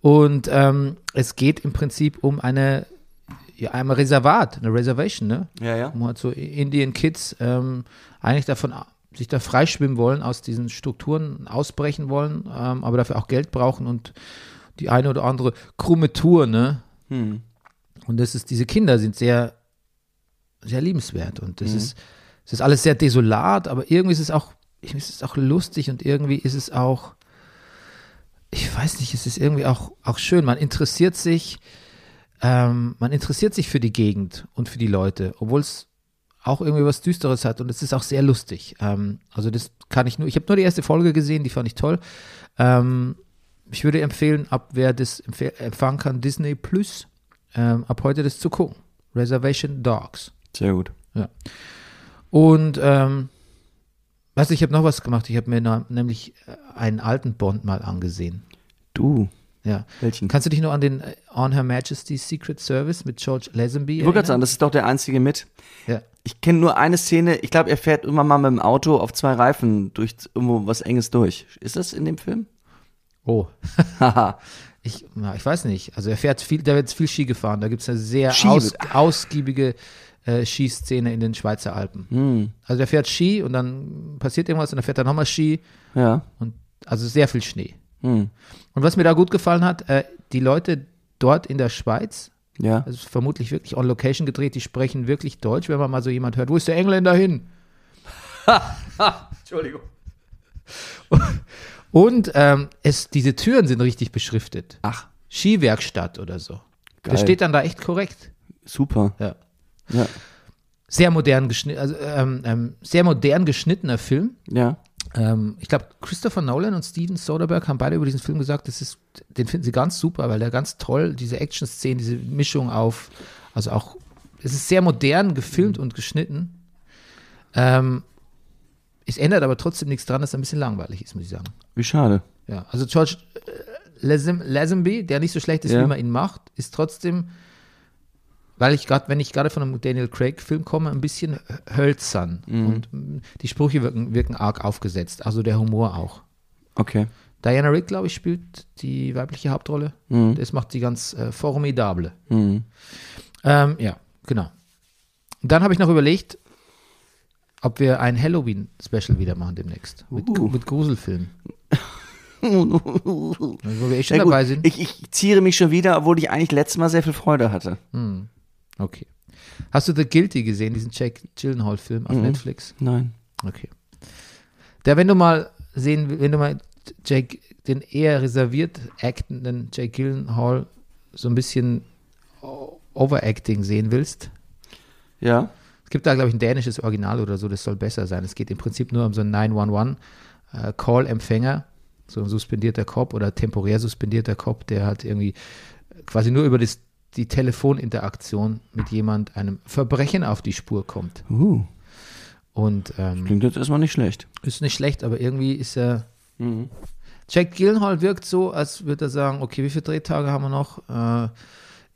[SPEAKER 1] Und ähm, es geht im Prinzip um eine, ja, einmal Reservat, eine Reservation, ne?
[SPEAKER 2] Ja, ja.
[SPEAKER 1] um halt so Indian Kids ähm, eigentlich davon a- sich da freischwimmen wollen, aus diesen Strukturen ausbrechen wollen, ähm, aber dafür auch Geld brauchen und die eine oder andere krumme Tour, ne? Und das ist, diese Kinder sind sehr, sehr liebenswert und das ist, es ist alles sehr desolat, aber irgendwie ist es auch, ich- es ist auch lustig und irgendwie ist es auch, ich weiß nicht, es ist irgendwie auch, auch schön. Man interessiert sich, ähm, man interessiert sich für die Gegend und für die Leute, obwohl es auch irgendwie was Düsteres hat und es ist auch sehr lustig. Ähm, also das kann ich nur, ich habe nur die erste Folge gesehen, die fand ich toll. Ähm, ich würde empfehlen, ab wer das empfe- empfangen kann, Disney Plus, ähm, ab heute das zu gucken. Reservation Dogs.
[SPEAKER 2] Sehr gut.
[SPEAKER 1] Und ähm, was, ich habe noch was gemacht. Ich habe mir na, nämlich äh, einen alten Bond mal angesehen.
[SPEAKER 2] Du,
[SPEAKER 1] Ja.
[SPEAKER 2] welchen?
[SPEAKER 1] Kannst du dich noch an den äh, On Her Majesty's Secret Service mit George Lazenby
[SPEAKER 2] ich wollte gerade
[SPEAKER 1] erinnern?
[SPEAKER 2] sagen, das ist doch der einzige mit.
[SPEAKER 1] Ja.
[SPEAKER 2] Ich kenne nur eine Szene, ich glaube, er fährt immer mal mit dem Auto auf zwei Reifen durch irgendwo was Enges durch. Ist das in dem Film?
[SPEAKER 1] Oh,
[SPEAKER 2] Haha.
[SPEAKER 1] ich, na, ich weiß nicht. Also er fährt viel, da wird viel Ski gefahren. Da gibt es eine sehr
[SPEAKER 2] Ski
[SPEAKER 1] aus,
[SPEAKER 2] wird-
[SPEAKER 1] ausgiebige äh, Skiszene in den Schweizer Alpen.
[SPEAKER 2] Hm.
[SPEAKER 1] Also er fährt Ski und dann passiert irgendwas und dann fährt er nochmal Ski
[SPEAKER 2] ja.
[SPEAKER 1] und also sehr viel Schnee.
[SPEAKER 2] Hm.
[SPEAKER 1] Und was mir da gut gefallen hat, äh, die Leute dort in der Schweiz,
[SPEAKER 2] Ja.
[SPEAKER 1] Also es ist vermutlich wirklich on location gedreht, die sprechen wirklich Deutsch, wenn man mal so jemand hört, wo ist der Engländer hin?
[SPEAKER 2] Entschuldigung.
[SPEAKER 1] Und ähm, es, diese Türen sind richtig beschriftet.
[SPEAKER 2] Ach,
[SPEAKER 1] Skiwerkstatt oder so.
[SPEAKER 2] Geil.
[SPEAKER 1] Das steht dann da echt korrekt.
[SPEAKER 2] super.
[SPEAKER 1] Ja.
[SPEAKER 2] Ja.
[SPEAKER 1] Sehr modern geschnitten, also ähm, ähm, sehr modern geschnittener Film.
[SPEAKER 2] Ja.
[SPEAKER 1] Ähm, ich glaube, Christopher Nolan und Steven Soderbergh haben beide über diesen Film gesagt, das ist, den finden sie ganz super, weil der ganz toll, diese Action-Szenen, diese Mischung auf, also auch, es ist sehr modern gefilmt und geschnitten. Ähm, es ändert aber trotzdem nichts dran, dass er ein bisschen langweilig ist, muss ich sagen.
[SPEAKER 2] Wie schade.
[SPEAKER 1] Ja, also George äh, Lazen- Lazenby, der nicht so schlecht ist,
[SPEAKER 2] Ja.
[SPEAKER 1] wie man ihn macht, ist trotzdem, weil ich gerade, wenn ich gerade von einem Daniel Craig-Film komme, ein bisschen hölzern.
[SPEAKER 2] Mhm.
[SPEAKER 1] Und mm, die Sprüche wirken, wirken arg aufgesetzt, also der Humor auch.
[SPEAKER 2] Okay.
[SPEAKER 1] Diana Rick, glaube ich, spielt die weibliche Hauptrolle.
[SPEAKER 2] Mhm.
[SPEAKER 1] Das macht sie ganz äh, formidable.
[SPEAKER 2] Hm.
[SPEAKER 1] Ähm, ja, genau. Dann habe ich noch überlegt, ob wir ein Halloween-Special wieder machen demnächst. Mit,
[SPEAKER 2] Uh.
[SPEAKER 1] mit Gruselfilmen. Wo wir eh schon
[SPEAKER 2] Ja,
[SPEAKER 1] dabei
[SPEAKER 2] gut.
[SPEAKER 1] sind.
[SPEAKER 2] Ich, ich ziere mich schon wieder, obwohl ich eigentlich letztes Mal sehr viel Freude hatte.
[SPEAKER 1] Okay. Hast du The Guilty gesehen, diesen Jack Gyllenhaal-Film auf Netflix?
[SPEAKER 2] Nein.
[SPEAKER 1] Okay. Da, wenn du mal sehen, will- wenn du mal Jake, den eher reserviert actenden Jake Gyllenhaal so ein bisschen o- Overacting sehen willst,
[SPEAKER 2] Ja.
[SPEAKER 1] es gibt da, glaube ich, ein dänisches Original oder so, das soll besser sein. Es geht im Prinzip nur um so einen 911-Call-Empfänger, äh, so ein suspendierter Cop oder temporär suspendierter Cop, der hat irgendwie quasi nur über das, die Telefoninteraktion mit jemand einem Verbrechen auf die Spur kommt.
[SPEAKER 2] Uh,
[SPEAKER 1] Und ähm,
[SPEAKER 2] klingt jetzt erstmal nicht schlecht.
[SPEAKER 1] ist nicht schlecht, aber irgendwie ist er.
[SPEAKER 2] Mhm.
[SPEAKER 1] Jack Gyllenhaal wirkt so, als würde er sagen: Okay, wie viele Drehtage haben wir noch? Äh,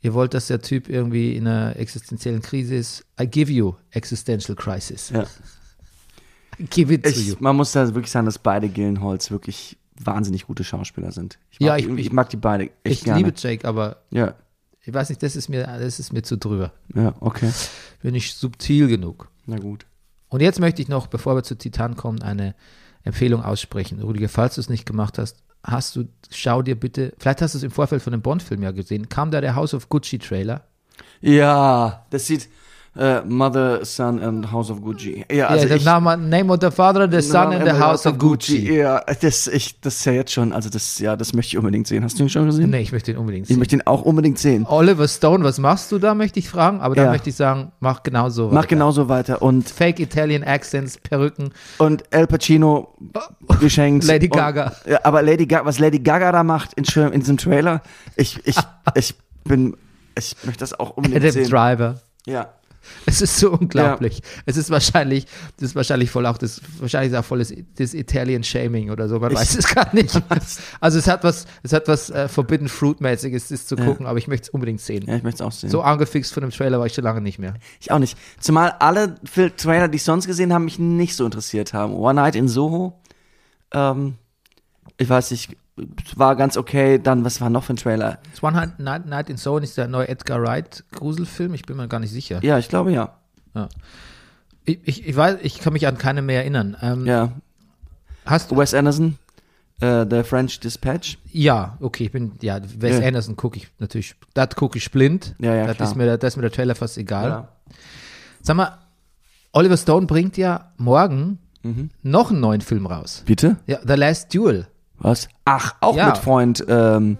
[SPEAKER 1] ihr wollt, dass der Typ irgendwie in einer existenziellen Krise ist. I give you existential crisis.
[SPEAKER 2] Ja.
[SPEAKER 1] Give it to you.
[SPEAKER 2] Ich, man muss da wirklich sagen, dass beide Gillenholz wirklich wahnsinnig gute Schauspieler sind. Ich mag,
[SPEAKER 1] Ja,
[SPEAKER 2] die,
[SPEAKER 1] ich-
[SPEAKER 2] ich mag die beide echt
[SPEAKER 1] Ich
[SPEAKER 2] gerne.
[SPEAKER 1] liebe Jake, aber
[SPEAKER 2] ja,
[SPEAKER 1] ich weiß nicht, das ist mir, das ist mir zu drüber.
[SPEAKER 2] ja, okay.
[SPEAKER 1] Ich Bin nicht subtil genug.
[SPEAKER 2] Na gut.
[SPEAKER 1] Und jetzt möchte ich noch, bevor wir zu Titan kommen, eine Empfehlung aussprechen. Rüdiger, falls du es nicht gemacht hast, hast du, schau dir bitte, vielleicht hast du es im Vorfeld von dem Bond-Film ja gesehen, kam da der House of Gucci-Trailer.
[SPEAKER 2] Ja, das sieht äh, Mother, Son and House of Gucci. Ja, also
[SPEAKER 1] Also yeah,
[SPEAKER 2] ich,
[SPEAKER 1] the name, name of the father, the son and the house of Gucci.
[SPEAKER 2] Ja, das, ich, das ist ja jetzt schon, also das, ja, das möchte ich unbedingt sehen. Hast du ihn schon gesehen?
[SPEAKER 1] Nee, Oh, ich möchte ihn unbedingt
[SPEAKER 2] Ich
[SPEAKER 1] sehen.
[SPEAKER 2] möchte ihn auch unbedingt sehen.
[SPEAKER 1] Oliver Stone, was machst du da, möchte ich fragen. Aber da
[SPEAKER 2] Ja.
[SPEAKER 1] möchte ich sagen, mach genau so.
[SPEAKER 2] Mach
[SPEAKER 1] weiter.
[SPEAKER 2] genauso weiter. Und,
[SPEAKER 1] Fake Italian Accents, Perücken.
[SPEAKER 2] und Al Pacino geschenkt.
[SPEAKER 1] Lady
[SPEAKER 2] und,
[SPEAKER 1] Gaga.
[SPEAKER 2] Ja, aber Lady Gaga, was Lady Gaga da macht in, Schirm- in diesem Trailer, ich, ich, ich bin, ich möchte das auch unbedingt
[SPEAKER 1] Adam
[SPEAKER 2] sehen.
[SPEAKER 1] Driver.
[SPEAKER 2] Ja.
[SPEAKER 1] Es ist so unglaublich. Es ist wahrscheinlich, das ist wahrscheinlich voll auch das, wahrscheinlich ist auch volles das Italian Shaming oder so. Man weiß es gar nicht. Also es hat was, es hat was äh, Forbidden Fruit mäßiges, das zu gucken, aber ich möchte es unbedingt sehen.
[SPEAKER 2] Ja, ich möchte es auch sehen.
[SPEAKER 1] So angefixt von dem Trailer war ich schon lange nicht mehr.
[SPEAKER 2] Ich auch nicht. Zumal alle Fil Trailer, die ich sonst gesehen habe, mich nicht so interessiert haben. One Night in Soho, ähm, ich weiß nicht, war ganz okay. Dann, was war noch für ein Trailer?
[SPEAKER 1] Das One Hand- Night, Night in Soho ist der neue Edgar Wright Gruselfilm. Ich bin mir gar nicht sicher.
[SPEAKER 2] Ja, ich glaube ja.
[SPEAKER 1] Ich, ich, ich weiß, ich kann mich an keine mehr erinnern. Ähm,
[SPEAKER 2] Ja.
[SPEAKER 1] Hast du?
[SPEAKER 2] Wes Anderson, äh, The French Dispatch.
[SPEAKER 1] Ja, okay, ich bin ja Wes
[SPEAKER 2] Ja.
[SPEAKER 1] Anderson gucke ich natürlich. Das gucke ich blind.
[SPEAKER 2] Ja, ja,
[SPEAKER 1] das
[SPEAKER 2] klar.
[SPEAKER 1] ist mir der- das ist mir der Trailer fast egal.
[SPEAKER 2] Ja.
[SPEAKER 1] Sag mal, Oliver Stone bringt ja morgen noch einen neuen Film raus.
[SPEAKER 2] Bitte?
[SPEAKER 1] Ja, The Last Duel.
[SPEAKER 2] Was? Ach, auch
[SPEAKER 1] Ja.
[SPEAKER 2] mit Freund, ähm,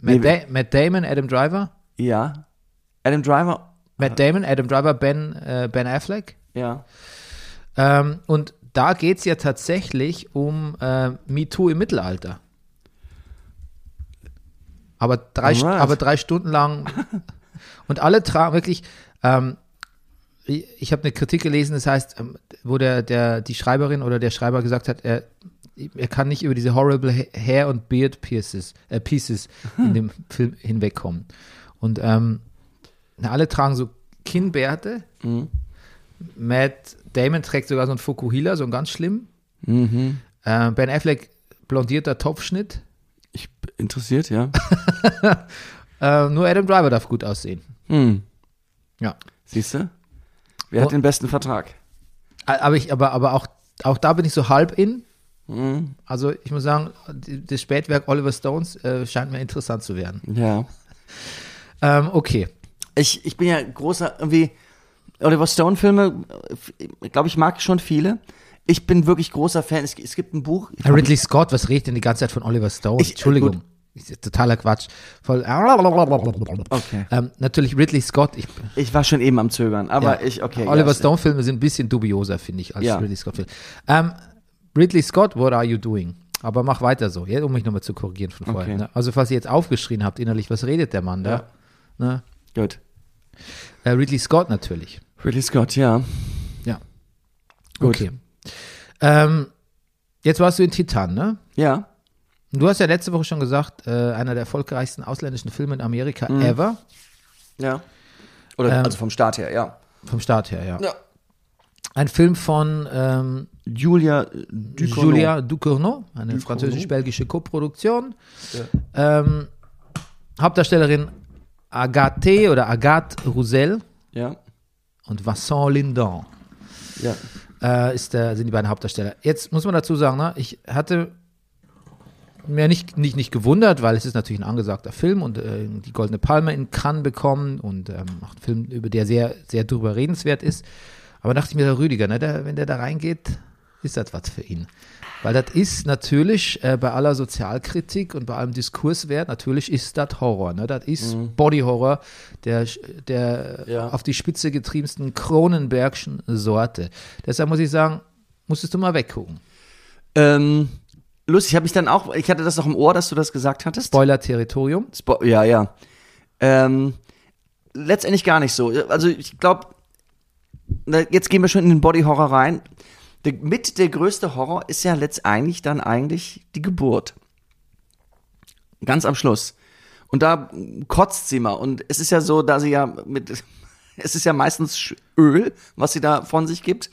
[SPEAKER 1] Matt,
[SPEAKER 2] Nee,
[SPEAKER 1] da Matt Damon, Adam Driver.
[SPEAKER 2] ja. Adam Driver,
[SPEAKER 1] Matt Damon, Adam Driver, Ben, äh, ben Affleck.
[SPEAKER 2] ja.
[SPEAKER 1] Ähm, und da geht es ja tatsächlich um äh, MeToo im Mittelalter. Aber drei, St-
[SPEAKER 2] Alright.
[SPEAKER 1] aber drei Stunden lang. und alle tragen wirklich. Ähm, ich ich habe eine Kritik gelesen, das heißt, ähm, wo der, der, die Schreiberin oder der Schreiber gesagt hat, er, er kann nicht über diese horrible Ha- Hair- und Beard-Pieces äh, Pieces in dem Film hinwegkommen. Und ähm, na, alle tragen so Kinnbärte. Matt Damon trägt sogar so einen Fukuhila, so einen ganz schlimm.
[SPEAKER 2] Mhm.
[SPEAKER 1] Äh, ben Affleck blondierter Topfschnitt.
[SPEAKER 2] Ich interessiert, ja.
[SPEAKER 1] Äh, nur Adam Driver darf gut aussehen.
[SPEAKER 2] Hm.
[SPEAKER 1] Ja.
[SPEAKER 2] Siehst du? Wer
[SPEAKER 1] Oh.
[SPEAKER 2] hat den besten Vertrag?
[SPEAKER 1] A- Äh, Aber, ich, aber, aber auch, auch da bin ich so halb in.
[SPEAKER 2] Hm.
[SPEAKER 1] Also ich muss sagen, die- das Spätwerk Oliver Stones äh, scheint mir interessant zu werden.
[SPEAKER 2] Ja.
[SPEAKER 1] Ähm, okay.
[SPEAKER 2] ich, ich bin ja großer irgendwie Oliver Stone Filme, glaube ich, mag ich schon viele. Ich bin wirklich großer Fan. Es, es gibt ein Buch.
[SPEAKER 1] Herr Ridley Scott, was redet denn die ganze Zeit von Oliver Stone?
[SPEAKER 2] Ich- äh,
[SPEAKER 1] Entschuldigung.
[SPEAKER 2] gut.
[SPEAKER 1] Das ist totaler Quatsch. Voll
[SPEAKER 2] Okay.
[SPEAKER 1] ähm, natürlich Ridley Scott. Ich,
[SPEAKER 2] Ich war schon eben am Zögern, aber
[SPEAKER 1] Ja.
[SPEAKER 2] ich okay.
[SPEAKER 1] Oliver
[SPEAKER 2] ja,
[SPEAKER 1] Stone Filme sind ein bisschen dubioser, finde ich, als
[SPEAKER 2] Ja.
[SPEAKER 1] Ridley Scott Filme. Ähm, Ridley Scott, what are you doing? Aber mach weiter so, ja, um mich nochmal zu korrigieren von vorher.
[SPEAKER 2] Okay.
[SPEAKER 1] Ne? Also falls ihr jetzt aufgeschrien habt innerlich, was redet der Mann da? Ne?
[SPEAKER 2] Gut.
[SPEAKER 1] Äh, Ridley Scott natürlich.
[SPEAKER 2] Ridley Scott, ja.
[SPEAKER 1] Ja.
[SPEAKER 2] Gut.
[SPEAKER 1] Okay. Ähm, jetzt warst du in Titan, ne?
[SPEAKER 2] Ja.
[SPEAKER 1] Du hast ja letzte Woche schon gesagt, äh, einer der erfolgreichsten ausländischen Filme in Amerika
[SPEAKER 2] Mhm.
[SPEAKER 1] ever.
[SPEAKER 2] Ja. Oder
[SPEAKER 1] Ähm.
[SPEAKER 2] also vom Start her, ja.
[SPEAKER 1] Vom Start her, ja.
[SPEAKER 2] Ja.
[SPEAKER 1] Ein Film von ähm,
[SPEAKER 2] Julia Ducournau.
[SPEAKER 1] Julia Ducournau, eine französisch-belgische Koproduktion. Ähm, Hauptdarstellerin Agathe oder Agathe Roussel
[SPEAKER 2] Ja.
[SPEAKER 1] und Vincent Lindon
[SPEAKER 2] Ja.
[SPEAKER 1] äh, ist der, sind die beiden Hauptdarsteller. Jetzt muss man dazu sagen, ne, ich hatte mir nicht, nicht, nicht gewundert, weil es ist natürlich ein angesagter Film und äh, die Goldene Palme in Cannes bekommen und ähm, auch ein Film, über der sehr, sehr drüber redenswert ist. Aber dachte ich mir, der Rüdiger, ne, der, wenn der da reingeht, ist das was für ihn. Weil das ist natürlich äh, bei aller Sozialkritik und bei allem Diskurswert, natürlich ist das Horror. Ne? Das ist Body-Horror der, der
[SPEAKER 2] Ja.
[SPEAKER 1] auf die Spitze getriebensten Kronenbergschen Sorte. Deshalb muss ich sagen, musstest du mal weggucken.
[SPEAKER 2] Ähm, lustig, habe ich dann auch, ich hatte das noch im Ohr, dass du das gesagt hattest.
[SPEAKER 1] Spoiler-Territorium.
[SPEAKER 2] Spo ja, ja. Ähm, letztendlich gar nicht so. Also ich glaube, jetzt gehen wir schon in den Body-Horror rein. Der, mit der größte Horror ist ja letztendlich dann eigentlich die Geburt. Ganz am Schluss. Und da kotzt sie mal. Und es ist ja so, da sie ja mit, es ist ja meistens Sch- Öl, was sie da von sich gibt.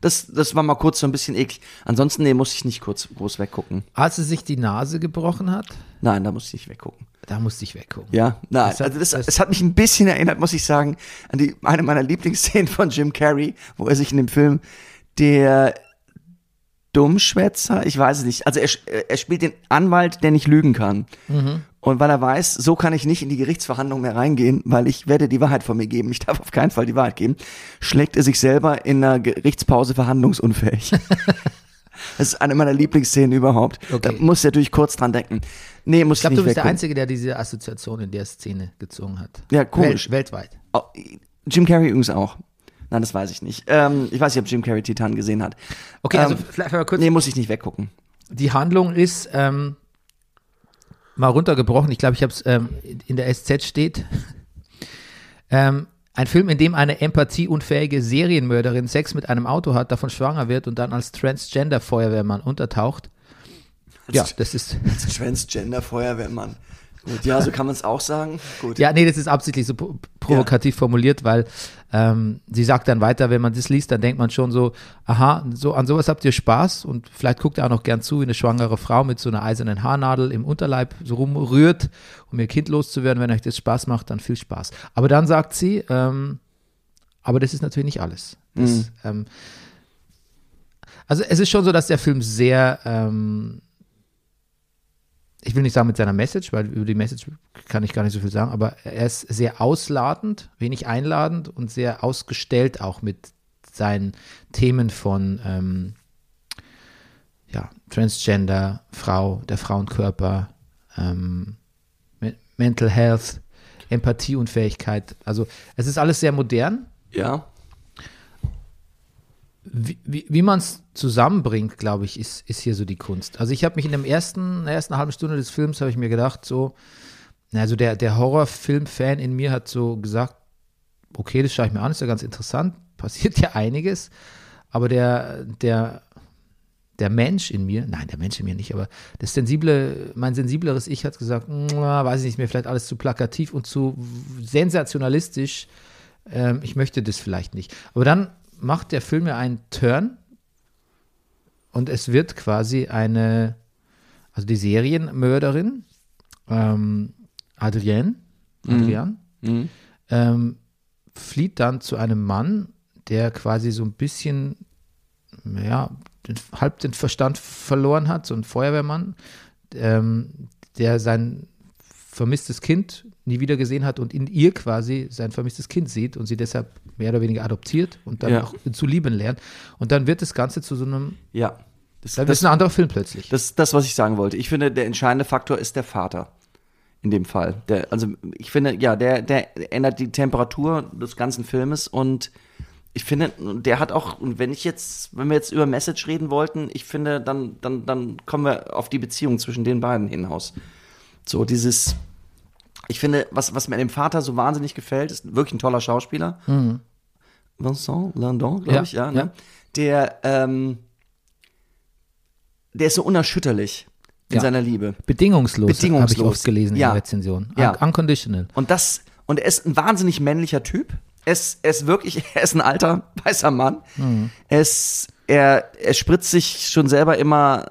[SPEAKER 2] Das, das war mal kurz so ein bisschen eklig. Ansonsten, nee, muss ich nicht kurz groß weggucken.
[SPEAKER 1] Als sie sich die Nase gebrochen hat,
[SPEAKER 2] Nein, da muss ich nicht weggucken.
[SPEAKER 1] da musste ich weggucken.
[SPEAKER 2] Ja, nein,
[SPEAKER 1] Es hat-
[SPEAKER 2] also das,
[SPEAKER 1] es-
[SPEAKER 2] es hat mich ein bisschen erinnert, muss ich sagen, an die, eine meiner Lieblingsszenen von Jim Carrey, wo er sich in dem Film der Dummschwätzer, ich weiß es nicht, also er, sch- er spielt den Anwalt, der nicht lügen kann.
[SPEAKER 1] Mhm.
[SPEAKER 2] Und weil er weiß, so kann ich nicht in die Gerichtsverhandlung mehr reingehen, weil ich werde die Wahrheit von mir geben. Ich darf auf keinen Fall die Wahrheit geben. Schlägt er sich selber in einer Gerichtspause verhandlungsunfähig. das ist eine meiner Lieblingsszenen überhaupt. Da
[SPEAKER 1] Okay.
[SPEAKER 2] muss er natürlich kurz dran denken. Nee, muss
[SPEAKER 1] Ich glaube,
[SPEAKER 2] nicht
[SPEAKER 1] du bist der
[SPEAKER 2] weggucken.
[SPEAKER 1] Einzige, der diese Assoziation in der Szene gezogen hat.
[SPEAKER 2] Ja, komisch.
[SPEAKER 1] Wel weltweit.
[SPEAKER 2] Oh, Jim Carrey übrigens auch. Nein, das weiß ich nicht. Ähm, ich weiß nicht, ob Jim Carrey Titan gesehen hat.
[SPEAKER 1] Okay, also
[SPEAKER 2] Ähm,
[SPEAKER 1] vielleicht mal kurz.
[SPEAKER 2] Nee, muss ich nicht weggucken.
[SPEAKER 1] Die Handlung ist ähm, mal runtergebrochen. Ich glaube, ich habe es ähm, in der SZ steht. Ähm, Ein Film, in dem eine empathieunfähige Serienmörderin Sex mit einem Auto hat, davon schwanger wird und dann als Transgender-Feuerwehrmann untertaucht. Ja, das ist.
[SPEAKER 2] Transgender-Feuerwehrmann. Gut, ja, so kann man es auch sagen. Gut.
[SPEAKER 1] Ja, nee, das ist absichtlich so pro- provokativ formuliert, weil ähm, sie sagt dann weiter, wenn man das liest, dann denkt man schon so, aha, so an sowas habt ihr Spaß und vielleicht guckt ihr auch noch gern zu, wie eine schwangere Frau mit so einer eisernen Haarnadel im Unterleib so rumrührt, um ihr Kind loszuwerden. Wenn euch das Spaß macht, dann viel Spaß. Aber dann sagt sie, ähm, aber das ist natürlich nicht alles. Das, ähm, also es ist schon so, dass der Film sehr ähm, ich will nicht sagen mit seiner Message, weil über die Message kann ich gar nicht so viel sagen, aber er ist sehr ausladend, wenig einladend und sehr ausgestellt auch mit seinen Themen von ähm, ja, Transgender, Frau, der Frauenkörper, ähm, Me- Mental Health, Empathieunfähigkeit. Also es ist alles sehr modern
[SPEAKER 2] Ja.
[SPEAKER 1] wie, wie, wie man es zusammenbringt, glaube ich, ist, ist hier so die Kunst. Also ich habe mich in, dem ersten, in der ersten halben Stunde des Films, habe ich mir gedacht, so, na, also der, der Horrorfilm-Fan in mir hat so gesagt, okay, das schaue ich mir an, ist ja ganz interessant, passiert ja einiges, aber der, der, der Mensch in mir, nein, der Mensch in mir nicht, aber das sensible, mein sensibleres Ich hat gesagt, "Na, weiß ich nicht, ist mir vielleicht alles zu plakativ und zu w- sensationalistisch, ähm, ich möchte das vielleicht nicht. Aber dann macht der Film ja einen Turn und es wird quasi eine, also die Serienmörderin, ähm, Adrienne, Adrienne,
[SPEAKER 2] Mhm.
[SPEAKER 1] ähm, flieht dann zu einem Mann, der quasi so ein bisschen, ja, den, halb den Verstand verloren hat, so ein Feuerwehrmann, ähm, der sein vermisstes Kind nie wieder gesehen hat und in ihr quasi sein vermisstes Kind sieht und sie deshalb mehr oder weniger adoptiert und dann
[SPEAKER 2] Ja.
[SPEAKER 1] auch zu lieben lernt. Und dann wird das Ganze zu so einem,
[SPEAKER 2] Ja. Das,
[SPEAKER 1] dann
[SPEAKER 2] das,
[SPEAKER 1] ist ein anderer Film plötzlich.
[SPEAKER 2] das, das, was ich sagen wollte. Ich finde, der entscheidende Faktor ist der Vater. In dem Fall. Der, also, ich finde, ja, der, der ändert die Temperatur des ganzen Filmes und ich finde, der hat auch, und wenn ich jetzt, wenn wir jetzt über Message reden wollten, ich finde, dann, dann, dann kommen wir auf die Beziehung zwischen den beiden hinaus. So, dieses, ich finde, was, was mir an dem Vater so wahnsinnig gefällt, ist wirklich ein toller Schauspieler. Vincent Landon, glaube
[SPEAKER 1] Mhm. Ja,
[SPEAKER 2] ich, ja,
[SPEAKER 1] ja.
[SPEAKER 2] ne? Der, ähm, der ist so unerschütterlich in
[SPEAKER 1] Ja.
[SPEAKER 2] seiner Liebe.
[SPEAKER 1] Bedingungslos, habe ich
[SPEAKER 2] Bedingungslos.
[SPEAKER 1] oft gelesen
[SPEAKER 2] Ja.
[SPEAKER 1] in der Rezension.
[SPEAKER 2] Ja.
[SPEAKER 1] Un unconditional.
[SPEAKER 2] Und das, und er ist ein wahnsinnig männlicher Typ. Er ist, er ist wirklich, er ist ein alter, weißer Mann.
[SPEAKER 1] Hm.
[SPEAKER 2] Er ist, er, er spritzt sich schon selber immer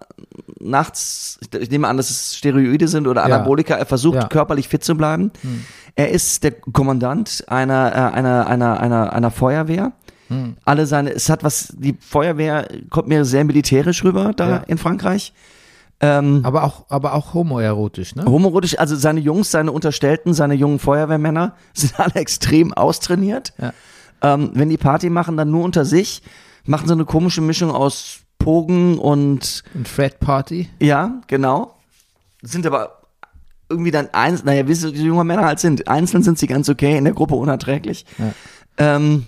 [SPEAKER 2] nachts, ich- ich nehme an, dass es Steroide sind oder Anabolika, er versucht
[SPEAKER 1] Ja. Hm.
[SPEAKER 2] körperlich fit zu bleiben. Er ist der Kommandant einer, äh, einer, einer, einer, einer Feuerwehr.
[SPEAKER 1] Hm.
[SPEAKER 2] Alle seine, es hat was, die Feuerwehr kommt mir sehr militärisch rüber da
[SPEAKER 1] Ja.
[SPEAKER 2] in Frankreich. Ähm,
[SPEAKER 1] Aber auch, aber auch homoerotisch, ne?
[SPEAKER 2] Homoerotisch, also seine Jungs, seine Unterstellten, seine jungen Feuerwehrmänner sind alle extrem austrainiert.
[SPEAKER 1] Ja.
[SPEAKER 2] Ähm, wenn die Party machen, dann nur unter sich, machen so eine komische Mischung aus Pogen und
[SPEAKER 1] Und Fred Party.
[SPEAKER 2] ja, genau. Sind aber irgendwie dann eins, naja, wie so junge Männer halt sind. Einzeln sind sie ganz okay, in der Gruppe unerträglich. Ähm,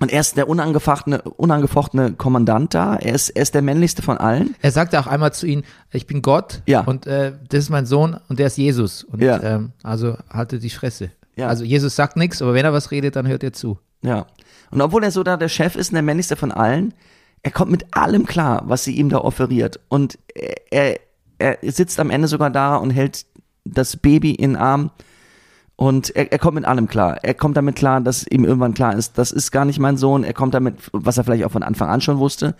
[SPEAKER 2] und er ist der unangefochtene, unangefochtene Kommandant da. Er ist, er ist der männlichste von allen.
[SPEAKER 1] Er sagte auch einmal zu ihnen, ich bin Gott
[SPEAKER 2] Ja.
[SPEAKER 1] und äh, das ist mein Sohn und der ist Jesus. Und
[SPEAKER 2] Ja.
[SPEAKER 1] ähm, also haltet die Fresse.
[SPEAKER 2] Ja.
[SPEAKER 1] Also Jesus sagt nichts, aber wenn er was redet, dann hört ihr zu.
[SPEAKER 2] Ja. Und obwohl er so da der Chef ist und der männlichste von allen, er kommt mit allem klar, was sie ihm da offeriert. Und er, er, er sitzt am Ende sogar da und hält das Baby in den Arm. Und er, er kommt mit allem klar. Er kommt damit klar, dass ihm irgendwann klar ist, das ist gar nicht mein Sohn. Er kommt damit, was er vielleicht auch von Anfang an schon wusste.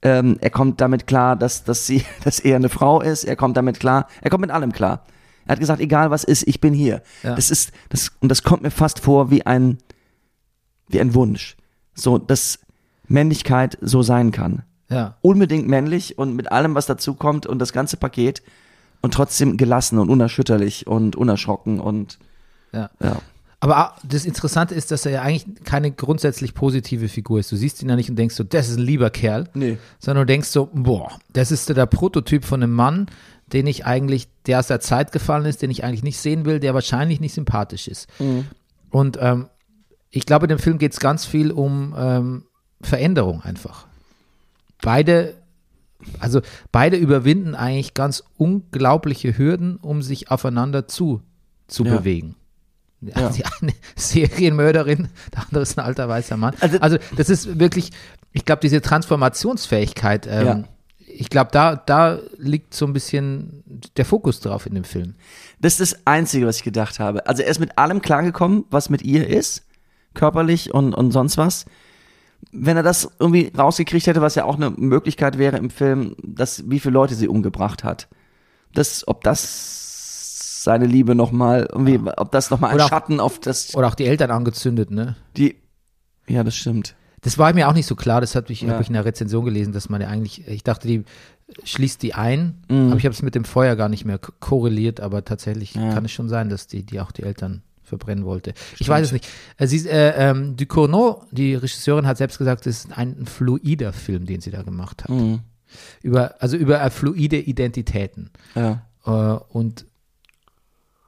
[SPEAKER 2] Ähm, er kommt damit klar, dass, dass sie, dass er eine Frau ist. Er kommt damit klar. Er kommt mit allem klar. Er hat gesagt, egal was ist, ich bin hier.
[SPEAKER 1] Ja.
[SPEAKER 2] Das ist, das, und das kommt mir fast vor wie ein, wie ein Wunsch. So, dass Männlichkeit so sein kann.
[SPEAKER 1] Ja.
[SPEAKER 2] Unbedingt männlich und mit allem, was dazukommt und das ganze Paket und trotzdem gelassen und unerschütterlich und unerschrocken und
[SPEAKER 1] ja.
[SPEAKER 2] ja.
[SPEAKER 1] Aber auch- das Interessante ist, dass er ja eigentlich keine grundsätzlich positive Figur ist. Du siehst ihn ja nicht und denkst so, das ist ein lieber Kerl.
[SPEAKER 2] Nee.
[SPEAKER 1] Sondern du denkst so, boah, das ist der Prototyp von einem Mann, den ich eigentlich, der aus der Zeit gefallen ist, den ich eigentlich nicht sehen will, der wahrscheinlich nicht sympathisch ist. Und ähm, ich glaube, dem Film geht es ganz viel um ähm, Veränderung einfach. Beide, also beide überwinden eigentlich ganz unglaubliche Hürden, um sich aufeinander zu, zu
[SPEAKER 2] Ja.
[SPEAKER 1] bewegen. Ja. Also Die eine Serienmörderin, der andere ist ein alter weißer Mann. Also,
[SPEAKER 2] Also-
[SPEAKER 1] das ist wirklich, ich glaube, diese Transformationsfähigkeit, ähm,
[SPEAKER 2] Ja.
[SPEAKER 1] ich glaube, da, da liegt so ein bisschen der Fokus drauf in dem Film.
[SPEAKER 2] Das ist das Einzige, was ich gedacht habe. Also er ist mit allem klargekommen, was mit ihr ist, körperlich und, und sonst was. Wenn er das irgendwie rausgekriegt hätte, was ja auch eine Möglichkeit wäre im Film, dass wie viele Leute sie umgebracht hat. Das, ob das seine Liebe nochmal, irgendwie, ob das nochmal ein
[SPEAKER 1] Oder auch-
[SPEAKER 2] Schatten auf das,
[SPEAKER 1] Oder auch die Eltern angezündet, ne?
[SPEAKER 2] die, ja, das stimmt.
[SPEAKER 1] Das war mir auch nicht so klar, das habe ich,
[SPEAKER 2] Ja.
[SPEAKER 1] hab ich in der Rezension gelesen, dass man ja eigentlich, ich dachte, die schließt die ein,
[SPEAKER 2] Mhm.
[SPEAKER 1] aber ich habe es mit dem Feuer gar nicht mehr k- korreliert, aber tatsächlich
[SPEAKER 2] Ja.
[SPEAKER 1] kann es schon sein, dass die, die auch die Eltern verbrennen wollte. Ich weiß es nicht. Äh, Sie, äh, ähm, Ducournau, die Regisseurin, hat selbst gesagt, es ist ein, ein fluider Film, den sie da gemacht hat.
[SPEAKER 2] Mhm. Hm.
[SPEAKER 1] Über, also über äh, fluide Identitäten.
[SPEAKER 2] Ja.
[SPEAKER 1] Äh, und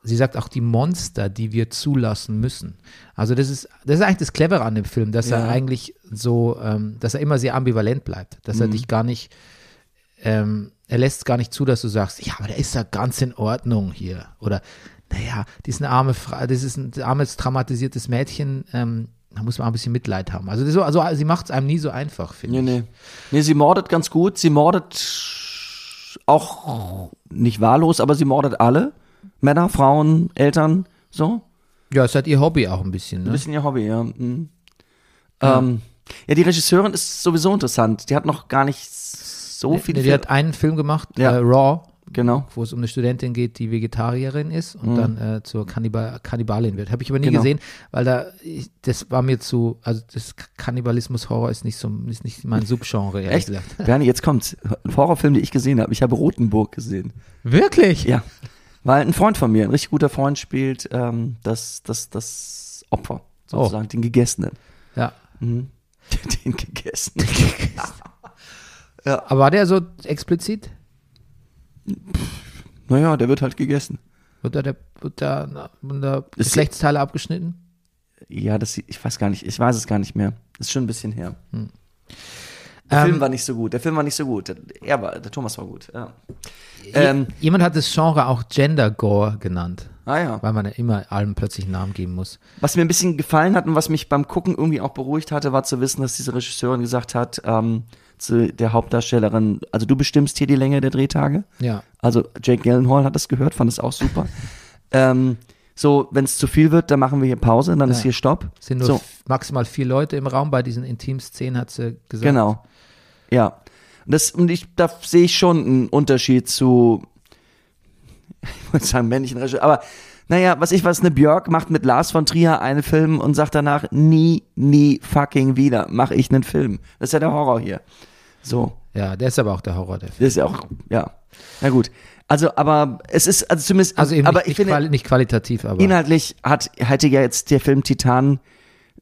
[SPEAKER 1] sie sagt auch die Monster, die wir zulassen müssen. Also das ist, das ist eigentlich das Clevere an dem Film, dass er
[SPEAKER 2] Ja.
[SPEAKER 1] eigentlich so, ähm, dass er immer sehr ambivalent bleibt, dass
[SPEAKER 2] Mhm.
[SPEAKER 1] er dich gar nicht, ähm, er lässt gar nicht zu, dass du sagst, ja, aber der ist ja ganz in Ordnung hier. Oder, naja, die ist eine arme Frau, das ist ein armes, traumatisiertes Mädchen, ähm, da muss man auch ein bisschen Mitleid haben. Also, das ist so, also sie macht es einem nie so einfach, finde
[SPEAKER 2] Nee,
[SPEAKER 1] ich.
[SPEAKER 2] nee. Nee, sie mordet ganz gut. Sie mordet auch nicht wahllos, aber sie mordet alle. Männer, Frauen, Eltern, so.
[SPEAKER 1] Ja, es hat ihr Hobby auch ein bisschen, ne?
[SPEAKER 2] Ein bisschen ihr Hobby, ja. Mhm. Ja. Ähm, ja, die Regisseurin ist sowieso interessant. Die hat noch gar nicht so
[SPEAKER 1] die,
[SPEAKER 2] viel.
[SPEAKER 1] die hat einen Film gemacht,
[SPEAKER 2] Ja.
[SPEAKER 1] äh, Raw,
[SPEAKER 2] genau.
[SPEAKER 1] wo es um eine Studentin geht, die Vegetarierin ist und dann äh, zur Kannibal Kannibalin wird. Habe ich aber nie
[SPEAKER 2] Mhm. Genau.
[SPEAKER 1] gesehen, weil da ich, das war mir zu, also das Kannibalismus-Horror ist nicht so, ist nicht mein Subgenre, ehrlich
[SPEAKER 2] Echt?
[SPEAKER 1] gesagt.
[SPEAKER 2] Bernie, jetzt kommt's. Ein Horrorfilm, den ich gesehen habe. Ich habe Rotenburg gesehen.
[SPEAKER 1] Wirklich?
[SPEAKER 2] Ja. Weil ein Freund von mir, ein richtig guter Freund, spielt ähm, das, das, das Opfer,
[SPEAKER 1] Oh.
[SPEAKER 2] sozusagen, den Gegessenen.
[SPEAKER 1] Ja.
[SPEAKER 2] Mhm. Den Gegessenen.
[SPEAKER 1] Aber war der so explizit?
[SPEAKER 2] Naja, der wird halt gegessen.
[SPEAKER 1] Wurde da, der, wurde da, na, wurden da
[SPEAKER 2] Ist-
[SPEAKER 1] Geschlechtsteile abgeschnitten?
[SPEAKER 2] Ja, das, ich weiß gar nicht, ich weiß es gar nicht mehr. Das ist schon ein bisschen her. Der Film
[SPEAKER 1] Ähm,
[SPEAKER 2] war nicht so gut. Der Film war nicht so gut. Er war, der Thomas war gut. Ja.
[SPEAKER 1] je-
[SPEAKER 2] ähm,
[SPEAKER 1] jemand hat das Genre auch Gender Gore genannt,
[SPEAKER 2] Ah ja.
[SPEAKER 1] weil man ja immer allem plötzlich einen Namen geben muss.
[SPEAKER 2] Was mir ein bisschen gefallen hat und was mich beim Gucken irgendwie auch beruhigt hatte, war zu wissen, dass diese Regisseurin gesagt hat ähm, zu der Hauptdarstellerin, also du bestimmst hier die Länge der Drehtage.
[SPEAKER 1] Ja.
[SPEAKER 2] Also Jake Gyllenhaal hat das gehört, fand es auch super. ähm, so, wenn es zu viel wird, dann machen wir hier Pause, dann
[SPEAKER 1] Ja.
[SPEAKER 2] ist hier Stopp.
[SPEAKER 1] Sind nur
[SPEAKER 2] so,
[SPEAKER 1] f- maximal vier Leute im Raum bei diesen intimen Szenen, hat sie gesagt.
[SPEAKER 2] genau. Ja. Und Das, und ich, da sehe ich schon einen Unterschied zu, ich wollte sagen, männlichen Regisseur, aber naja, was ich was, eine Björk macht mit Lars von Trier einen Film und sagt danach, nie, nie fucking wieder mache ich einen Film. Das ist ja der Horror hier. So.
[SPEAKER 1] Ja, der ist aber auch der Horror, der Film.
[SPEAKER 2] Das ist ja auch, ja. Na gut. Also, aber es ist, also zumindest,
[SPEAKER 1] Also eben
[SPEAKER 2] aber
[SPEAKER 1] nicht,
[SPEAKER 2] ich finde,
[SPEAKER 1] nicht, quali nicht qualitativ, aber
[SPEAKER 2] Inhaltlich hat, hatte ja jetzt der Film Titan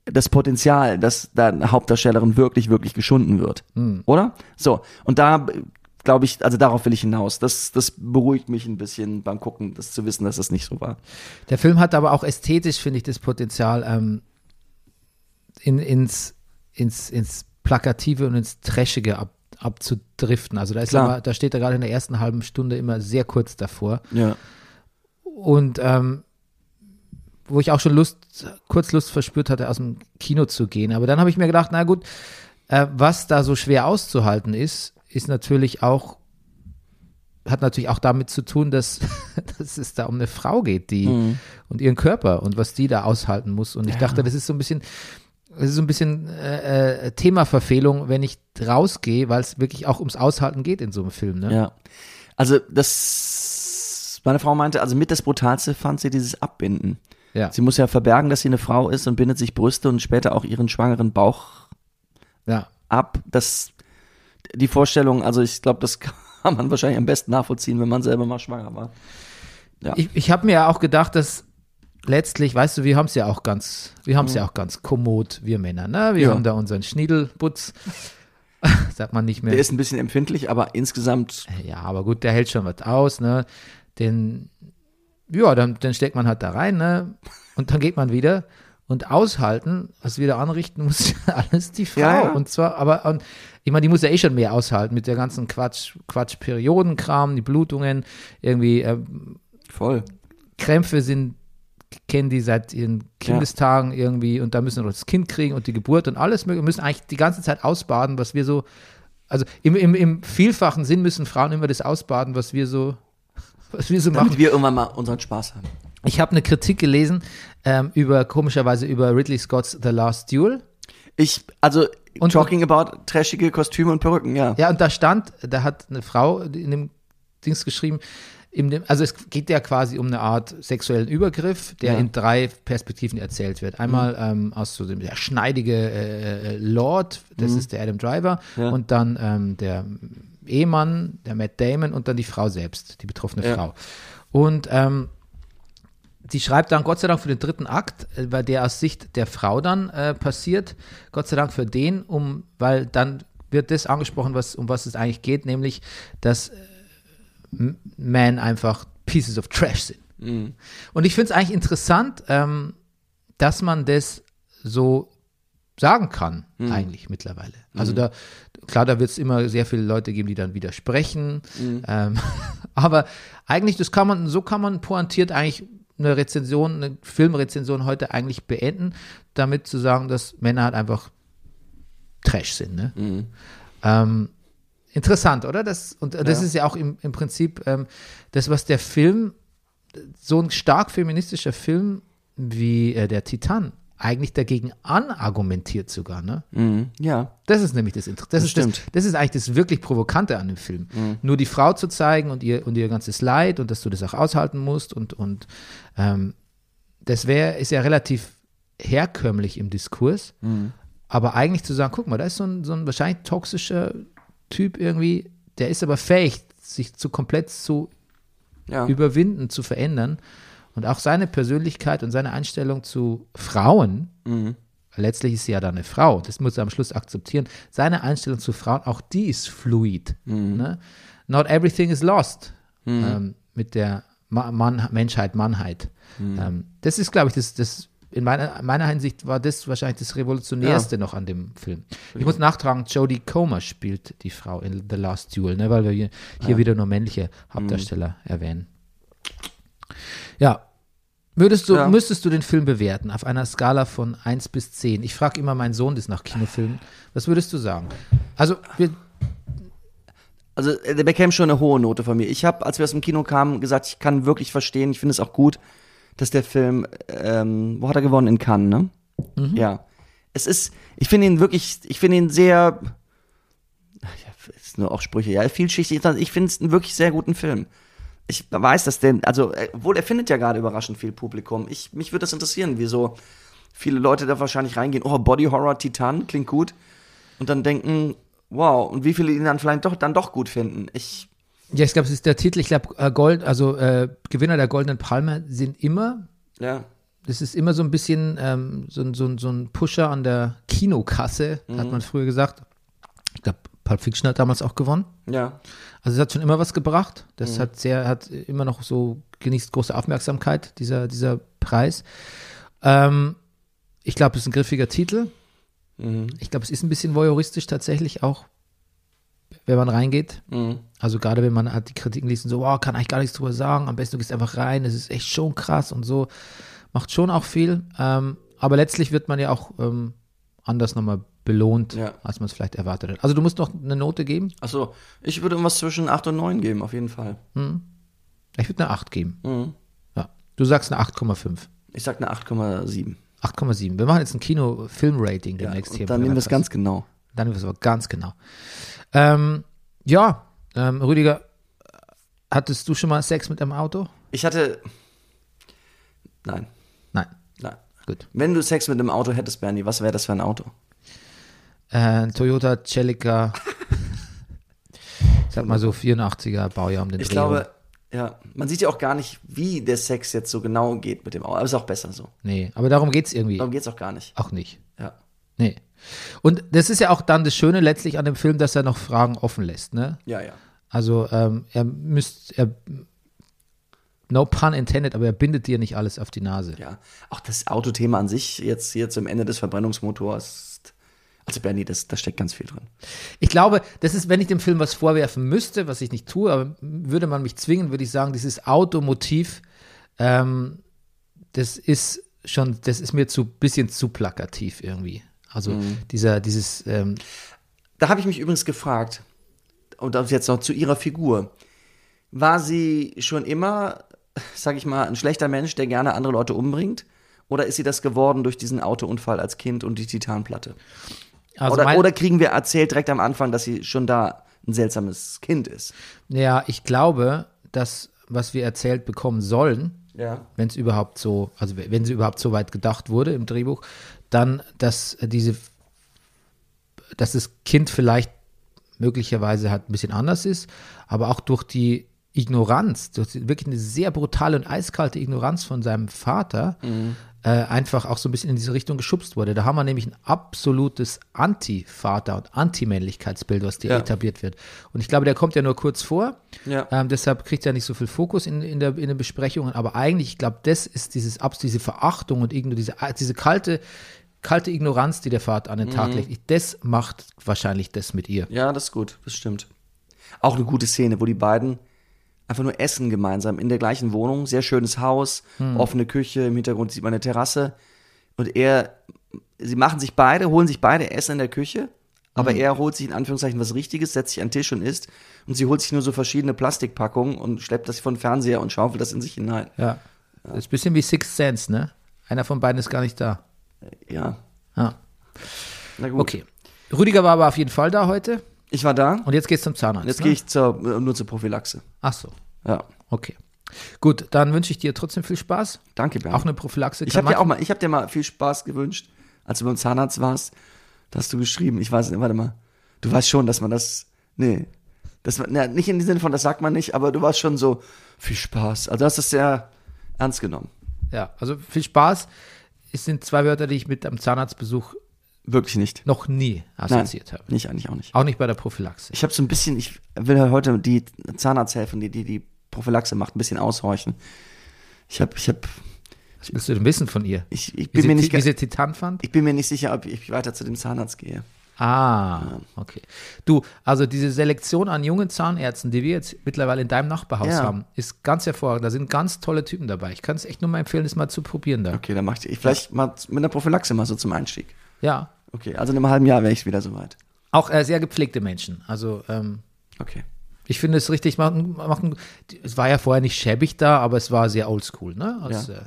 [SPEAKER 2] das Potenzial, dass da eine Hauptdarstellerin wirklich, wirklich geschunden wird. Oder? So. Und da glaube ich, also darauf will ich hinaus. Das, das beruhigt mich ein bisschen beim Gucken, das zu wissen, dass das nicht so war.
[SPEAKER 1] der Film hat aber auch ästhetisch, finde ich, das Potenzial, ähm, in, ins, ins, ins Plakative und ins Trashige ab, abzudriften. Also da ist
[SPEAKER 2] Klar.
[SPEAKER 1] aber, da steht er gerade in der ersten halben Stunde immer sehr kurz davor.
[SPEAKER 2] Ja.
[SPEAKER 1] Und ähm, wo ich auch schon Lust, kurz Lust verspürt hatte, aus dem Kino zu gehen. Aber dann habe ich mir gedacht, na gut, äh, was da so schwer auszuhalten ist, ist natürlich auch, hat natürlich auch damit zu tun, dass, dass es da um eine Frau geht, die und ihren Körper und was die da aushalten muss. Und ich dachte, das ist so ein bisschen, das ist so ein bisschen äh, äh, Themaverfehlung, wenn ich rausgehe, weil es wirklich auch ums Aushalten geht in so einem Film. Ne?
[SPEAKER 2] Ja. Also, das, meine Frau meinte, also mit das Brutalste fand sie dieses Abbinden.
[SPEAKER 1] Ja.
[SPEAKER 2] Sie muss ja verbergen, dass sie eine Frau ist und bindet sich Brüste und später auch ihren schwangeren Bauch
[SPEAKER 1] ja.
[SPEAKER 2] ab. Das, die Vorstellung, also ich glaube, das kann man wahrscheinlich am besten nachvollziehen, wenn man selber mal schwanger war. Ja.
[SPEAKER 1] Ich, ich habe mir ja auch gedacht, dass letztlich, weißt du, wir haben es ja auch ganz, wir haben es ja auch ganz kommod, wir Männer, ne? Wir
[SPEAKER 2] Mhm. Ja.
[SPEAKER 1] haben da unseren Schniedelputz, sagt man nicht mehr.
[SPEAKER 2] Der ist ein bisschen empfindlich, aber insgesamt,
[SPEAKER 1] ja, aber gut, der hält schon was aus, ne? Den, ja, dann, dann steckt man halt da rein, ne? Und dann geht man wieder. Und aushalten, was wieder anrichten muss alles die Frau.
[SPEAKER 2] Ja, ja.
[SPEAKER 1] Und zwar, aber, und, ich meine, die muss ja eh schon mehr aushalten mit der ganzen Quatsch, äh, Quatsch-Periodenkram, die Blutungen, irgendwie, ähm,
[SPEAKER 2] voll.
[SPEAKER 1] Krämpfe sind kennen die seit ihren Kindestagen irgendwie und da müssen wir noch das Kind kriegen und die Geburt und alles mögliche, müssen eigentlich die ganze Zeit ausbaden, was wir so, also im, im, im vielfachen Sinn müssen Frauen immer das ausbaden, was wir so, was wir so machen.
[SPEAKER 2] Damit wir irgendwann mal unseren Spaß haben.
[SPEAKER 1] Ich habe eine Kritik gelesen ähm, über, komischerweise über Ridley Scott's The Last Duel.
[SPEAKER 2] Ich, also,
[SPEAKER 1] Und-
[SPEAKER 2] talking about trashige Kostüme und Perücken, ja.
[SPEAKER 1] Ja, und da stand, da hat eine Frau in dem Dings geschrieben, in dem, also es geht ja quasi um eine Art sexuellen Übergriff, der
[SPEAKER 2] Ja. Mhm.
[SPEAKER 1] in drei Perspektiven erzählt wird. Einmal ähm, aus so dem der schneidige äh, äh, Lord, das ist der Adam Driver,
[SPEAKER 2] Mhm. Ja.
[SPEAKER 1] und dann ähm, der Ehemann, der Matt Damon, und dann die Frau selbst, die betroffene
[SPEAKER 2] Ja.
[SPEAKER 1] Frau. Und ähm, Sie schreibt dann Gott sei Dank für den dritten Akt, äh, weil der aus Sicht der Frau dann äh, passiert. Gott sei Dank für den, um, weil dann wird das angesprochen, was, um was es eigentlich geht, nämlich, dass äh, M- Men einfach Pieces of Trash sind. Und ich finde es eigentlich interessant, ähm, dass man das so sagen kann, eigentlich mittlerweile. Also da, klar, da wird es immer sehr viele Leute geben, die dann widersprechen. Ähm, aber eigentlich, das kann man, so kann man pointiert eigentlich eine Rezension, eine Filmrezension heute eigentlich beenden, damit zu sagen, dass Männer halt einfach Trash sind. Ne? Ähm, interessant, oder? Das, und das
[SPEAKER 2] Ja.
[SPEAKER 1] ist ja auch im, im Prinzip ähm, das, was der Film so ein stark feministischer Film wie äh, der Titan eigentlich dagegen anargumentiert sogar, ne?
[SPEAKER 2] Mhm. Ja.
[SPEAKER 1] Das ist nämlich das Interessante. Das, ist das,
[SPEAKER 2] stimmt.
[SPEAKER 1] das ist eigentlich das wirklich Provokante an dem Film. Nur die Frau zu zeigen und ihr, und ihr ganzes Leid und dass du das auch aushalten musst und, und ähm, das wäre, ist ja relativ herkömmlich im Diskurs. Aber eigentlich zu sagen, guck mal, da ist so ein, so ein wahrscheinlich toxischer Typ irgendwie, der ist aber fähig, sich zu komplett zu
[SPEAKER 2] Ja.
[SPEAKER 1] überwinden, zu verändern und auch seine Persönlichkeit und seine Einstellung zu Frauen, letztlich ist sie ja dann eine Frau, das muss er am Schluss akzeptieren, seine Einstellung zu Frauen, auch die ist fluid. Ne? Not everything is lost ähm, mit der Ma Mann Menschheit, Mannheit. Ähm, das ist, glaube ich, das, das in meiner, meiner Hinsicht war das wahrscheinlich das Revolutionärste noch an dem Film. Ich muss nachtragen, Jodie Comer spielt die Frau in The Last Duel, ne? weil wir hier, hier wieder nur männliche Hauptdarsteller erwähnen. Ja. Würdest du,
[SPEAKER 2] Ja.
[SPEAKER 1] Müsstest du den Film bewerten auf einer Skala von 1 bis 10? Ich frage immer meinen Sohn das nach Kinofilmen. Was würdest du sagen? Also, wir,
[SPEAKER 2] Also äh, der bekam schon eine hohe Note von mir. Ich habe, als wir aus dem Kino kamen, gesagt, ich kann wirklich verstehen, ich finde es auch gut, dass der Film, ähm, wo hat er gewonnen? In Cannes, ne? Ja. Es ist, ich finde ihn wirklich, ich finde ihn sehr, Ach ja, ist nur auch Sprüche, ja, vielschichtig. Ich finde es einen wirklich sehr guten Film. Ich weiß, dass der, also, äh, obwohl er findet ja gerade überraschend viel Publikum. Ich, mich würde das interessieren, wieso viele Leute da wahrscheinlich reingehen. Oh, Body Horror Titan, klingt gut. Und dann denken, wow, und wie viele ihn dann vielleicht doch, dann doch gut finden. Ich,
[SPEAKER 1] ja, ich glaube, es ist der Titel. Ich glaube, äh, Gold, also äh, Gewinner der Goldenen Palme sind immer,
[SPEAKER 2] ja,
[SPEAKER 1] das ist immer so ein bisschen ähm, so, ein- so, ein- so ein Pusher an der Kinokasse, hat man früher gesagt. Ich glaube, Pulp Fiction hat damals auch gewonnen.
[SPEAKER 2] ja.
[SPEAKER 1] Also es hat schon immer was gebracht. Das hat sehr, hat immer noch so genießt große Aufmerksamkeit, dieser, dieser Preis. Ähm, ich glaube, es ist ein griffiger Titel. Ich glaube, es ist ein bisschen voyeuristisch tatsächlich auch, wenn man reingeht.
[SPEAKER 2] Mhm.
[SPEAKER 1] Also gerade wenn man halt die Kritiken liest und so, wow, kann eigentlich gar nichts drüber sagen, am besten du gehst einfach rein, es ist echt schon krass und so. Macht schon auch viel. Ähm, aber letztlich wird man ja auch ähm, anders nochmal belohnt,
[SPEAKER 2] Ja.
[SPEAKER 1] als man es vielleicht erwartet hat. Also du musst noch eine Note geben.
[SPEAKER 2] Achso, Also, ich würde irgendwas zwischen 8 und 9 geben, auf jeden Fall.
[SPEAKER 1] Ich würde eine 8 geben.
[SPEAKER 2] Mhm.
[SPEAKER 1] Ja. Du sagst eine 8,5.
[SPEAKER 2] Ich sag eine 8,7.
[SPEAKER 1] 8,7. Wir machen jetzt ein Kino-Film-Rating
[SPEAKER 2] Ja,
[SPEAKER 1] demnächst hier.
[SPEAKER 2] und
[SPEAKER 1] im
[SPEAKER 2] dann nehmen wir es
[SPEAKER 1] Podcast.
[SPEAKER 2] ganz genau.
[SPEAKER 1] Dann nehmen wir es aber ganz genau. Ähm, ja, ähm, Rüdiger, hattest du schon mal Sex mit einem Auto?
[SPEAKER 2] Ich hatte, nein,
[SPEAKER 1] Nein.
[SPEAKER 2] nein.
[SPEAKER 1] Gut.
[SPEAKER 2] Wenn du Sex mit einem Auto hättest, Bernie, was wäre das für ein Auto?
[SPEAKER 1] Äh, Toyota Celica, sag mal so 84er Baujahr um den
[SPEAKER 2] Ich
[SPEAKER 1] Dreh rum.
[SPEAKER 2] glaube, ja, man sieht ja auch gar nicht, wie der Sex jetzt so genau geht mit dem Auto. Aber ist auch besser so.
[SPEAKER 1] Nee, aber darum geht es irgendwie
[SPEAKER 2] Darum geht's auch gar nicht.
[SPEAKER 1] auch nicht.
[SPEAKER 2] Ja.
[SPEAKER 1] Nee. Und das ist ja auch dann das Schöne letztlich an dem Film, dass er noch Fragen offen lässt, ne?
[SPEAKER 2] Ja, ja.
[SPEAKER 1] Also ähm, er müsst, er, no pun intended, aber er bindet dir nicht alles auf die Nase.
[SPEAKER 2] Ja. Auch das Autothema an sich, jetzt hier zum Ende des Verbrennungsmotors. Also Bernie, das, da steckt ganz viel drin.
[SPEAKER 1] Ich glaube, das ist, wenn ich dem Film was vorwerfen müsste, was ich nicht tue, aber würde man mich zwingen, würde ich sagen, dieses Automotiv, ähm, das ist schon, das ist mir zu bisschen zu plakativ irgendwie. Also
[SPEAKER 2] Mhm.
[SPEAKER 1] dieser, dieses, ähm,
[SPEAKER 2] Da habe ich mich übrigens gefragt, und das jetzt noch zu ihrer Figur. War sie schon immer, sag ich mal, ein schlechter Mensch, der gerne andere Leute umbringt? Oder ist sie das geworden durch diesen Autounfall als Kind und die Titanplatte?
[SPEAKER 1] also
[SPEAKER 2] oder,
[SPEAKER 1] mein-
[SPEAKER 2] oder kriegen wir erzählt direkt am Anfang, dass sie schon da ein seltsames Kind ist?
[SPEAKER 1] ja, ich glaube, dass was wir erzählt bekommen sollen,
[SPEAKER 2] Ja.
[SPEAKER 1] wenn es überhaupt so, also wenn sie überhaupt so weit gedacht wurde im Drehbuch, dann, dass diese, dass das Kind vielleicht möglicherweise halt ein bisschen anders ist, aber auch durch die Ignoranz, durch die, wirklich eine sehr brutale und eiskalte Ignoranz von seinem Vater, äh, einfach auch so ein bisschen in diese Richtung geschubst wurde. Da haben wir nämlich ein absolutes Anti-Vater- und Anti-Männlichkeitsbild, was dir
[SPEAKER 2] Ja.
[SPEAKER 1] etabliert wird. Und ich glaube, der kommt ja nur kurz vor.
[SPEAKER 2] Ja.
[SPEAKER 1] Ähm, deshalb kriegt er nicht so viel Fokus in, in, der, in den Besprechungen. Aber eigentlich, ich glaube, das ist dieses Abs, diese Verachtung und irgendwie diese, ah, diese kalte, kalte Ignoranz, die der Vater an den Tag
[SPEAKER 2] Mhm.
[SPEAKER 1] legt. Ich, das macht wahrscheinlich das mit ihr.
[SPEAKER 2] Ja, das ist gut, das stimmt. Auch eine gute Szene, wo die beiden einfach nur essen gemeinsam in der gleichen Wohnung. Sehr schönes Haus, offene Küche, im Hintergrund sieht man eine Terrasse. Und er, sie machen sich beide, holen sich beide Essen in der Küche, aber er holt sich in Anführungszeichen was Richtiges, setzt sich an den Tisch und isst. Und sie holt sich nur so verschiedene Plastikpackungen und schleppt das von Fernseher und schaufelt das in sich hinein.
[SPEAKER 1] Ja. Das ist ein bisschen wie Sixth Sense, ne? Einer von beiden ist gar nicht da.
[SPEAKER 2] Ja,
[SPEAKER 1] Ja.
[SPEAKER 2] na gut.
[SPEAKER 1] Okay. Rüdiger war aber auf jeden Fall da heute.
[SPEAKER 2] Ich war da und
[SPEAKER 1] Und jetzt geht's zum Zahnarzt.
[SPEAKER 2] jetzt
[SPEAKER 1] ne?
[SPEAKER 2] gehe ich zur, äh, nur zur Prophylaxe.
[SPEAKER 1] Ach so.
[SPEAKER 2] Ja,
[SPEAKER 1] Okay. Gut, dann wünsche ich dir trotzdem viel Spaß.
[SPEAKER 2] danke, Bernd.
[SPEAKER 1] Auch eine Prophylaxe.
[SPEAKER 2] Ich
[SPEAKER 1] kann
[SPEAKER 2] habe dir auch
[SPEAKER 1] manchmal-
[SPEAKER 2] mal, ich habe dir mal viel Spaß gewünscht, als du beim Zahnarzt warst. Da hast du geschrieben, ich weiß nicht, warte mal. Du weißt schon, dass man das, nee, das, na, nicht in dem Sinne von, das sagt man nicht, aber du warst schon so, viel Spaß. Also du hast das sehr ernst genommen.
[SPEAKER 1] Ja, also viel Spaß. Es sind zwei Wörter, die ich mit am Zahnarztbesuch
[SPEAKER 2] Wirklich nicht.
[SPEAKER 1] noch nie
[SPEAKER 2] Nein,
[SPEAKER 1] assoziiert habe.
[SPEAKER 2] nicht, eigentlich auch nicht.
[SPEAKER 1] Auch nicht bei der Prophylaxe.
[SPEAKER 2] Ich habe so ein bisschen, ich will ja heute die Zahnarzthelferin, die, die die Prophylaxe macht, ein bisschen aushorchen. Ich habe, ich habe,
[SPEAKER 1] Was willst du denn wissen von ihr?
[SPEAKER 2] ich, ich
[SPEAKER 1] Wie
[SPEAKER 2] bin
[SPEAKER 1] sie,
[SPEAKER 2] mir nicht,
[SPEAKER 1] wie
[SPEAKER 2] ge-
[SPEAKER 1] sie Titan fand?
[SPEAKER 2] ich bin mir nicht sicher, ob ich weiter zu dem Zahnarzt gehe.
[SPEAKER 1] Ah, okay. Du, also diese Selektion an jungen Zahnärzten, die wir jetzt mittlerweile in deinem Nachbarhaus
[SPEAKER 2] Ja.
[SPEAKER 1] haben, ist ganz hervorragend. Da sind ganz tolle Typen dabei. Ich kann es echt nur mal empfehlen, das mal zu probieren da.
[SPEAKER 2] Okay, dann mach ich, vielleicht mal mit einer Prophylaxe mal so zum Einstieg.
[SPEAKER 1] Ja.
[SPEAKER 2] Okay, also in einem halben Jahr wäre ich wieder soweit.
[SPEAKER 1] Auch äh, sehr gepflegte Menschen. Also, ähm,
[SPEAKER 2] Okay.
[SPEAKER 1] ich finde es richtig, macht, einen- macht, einen- es war ja vorher nicht schäbig da, aber es war sehr oldschool, ne? Aus,
[SPEAKER 2] Ja.
[SPEAKER 1] äh,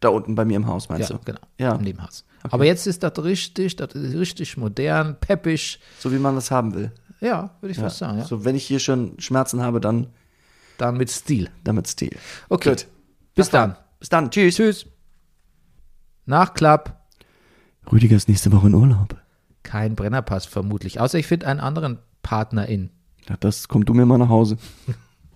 [SPEAKER 2] Da unten bei mir im Haus, meinst
[SPEAKER 1] Ja,
[SPEAKER 2] du?
[SPEAKER 1] genau.
[SPEAKER 2] Ja.
[SPEAKER 1] Im Nebenhaus. Aber jetzt ist das richtig, das ist richtig modern, peppisch.
[SPEAKER 2] So wie man das haben will.
[SPEAKER 1] Ja, würde ich fast sagen. Ja.
[SPEAKER 2] So, wenn ich hier schon Schmerzen habe, dann
[SPEAKER 1] Dann mit Stil.
[SPEAKER 2] damit Stil.
[SPEAKER 1] Okay.
[SPEAKER 2] Gut.
[SPEAKER 1] Bis dann.
[SPEAKER 2] Bis dann. Tschüss.
[SPEAKER 1] Tschüss. Nachklapp.
[SPEAKER 2] Rüdiger ist nächste Woche in Urlaub.
[SPEAKER 1] Kein Brennerpass vermutlich. Außer ich finde einen anderen Partner in.
[SPEAKER 2] Ich dachte, das kommt du mir mal nach Hause.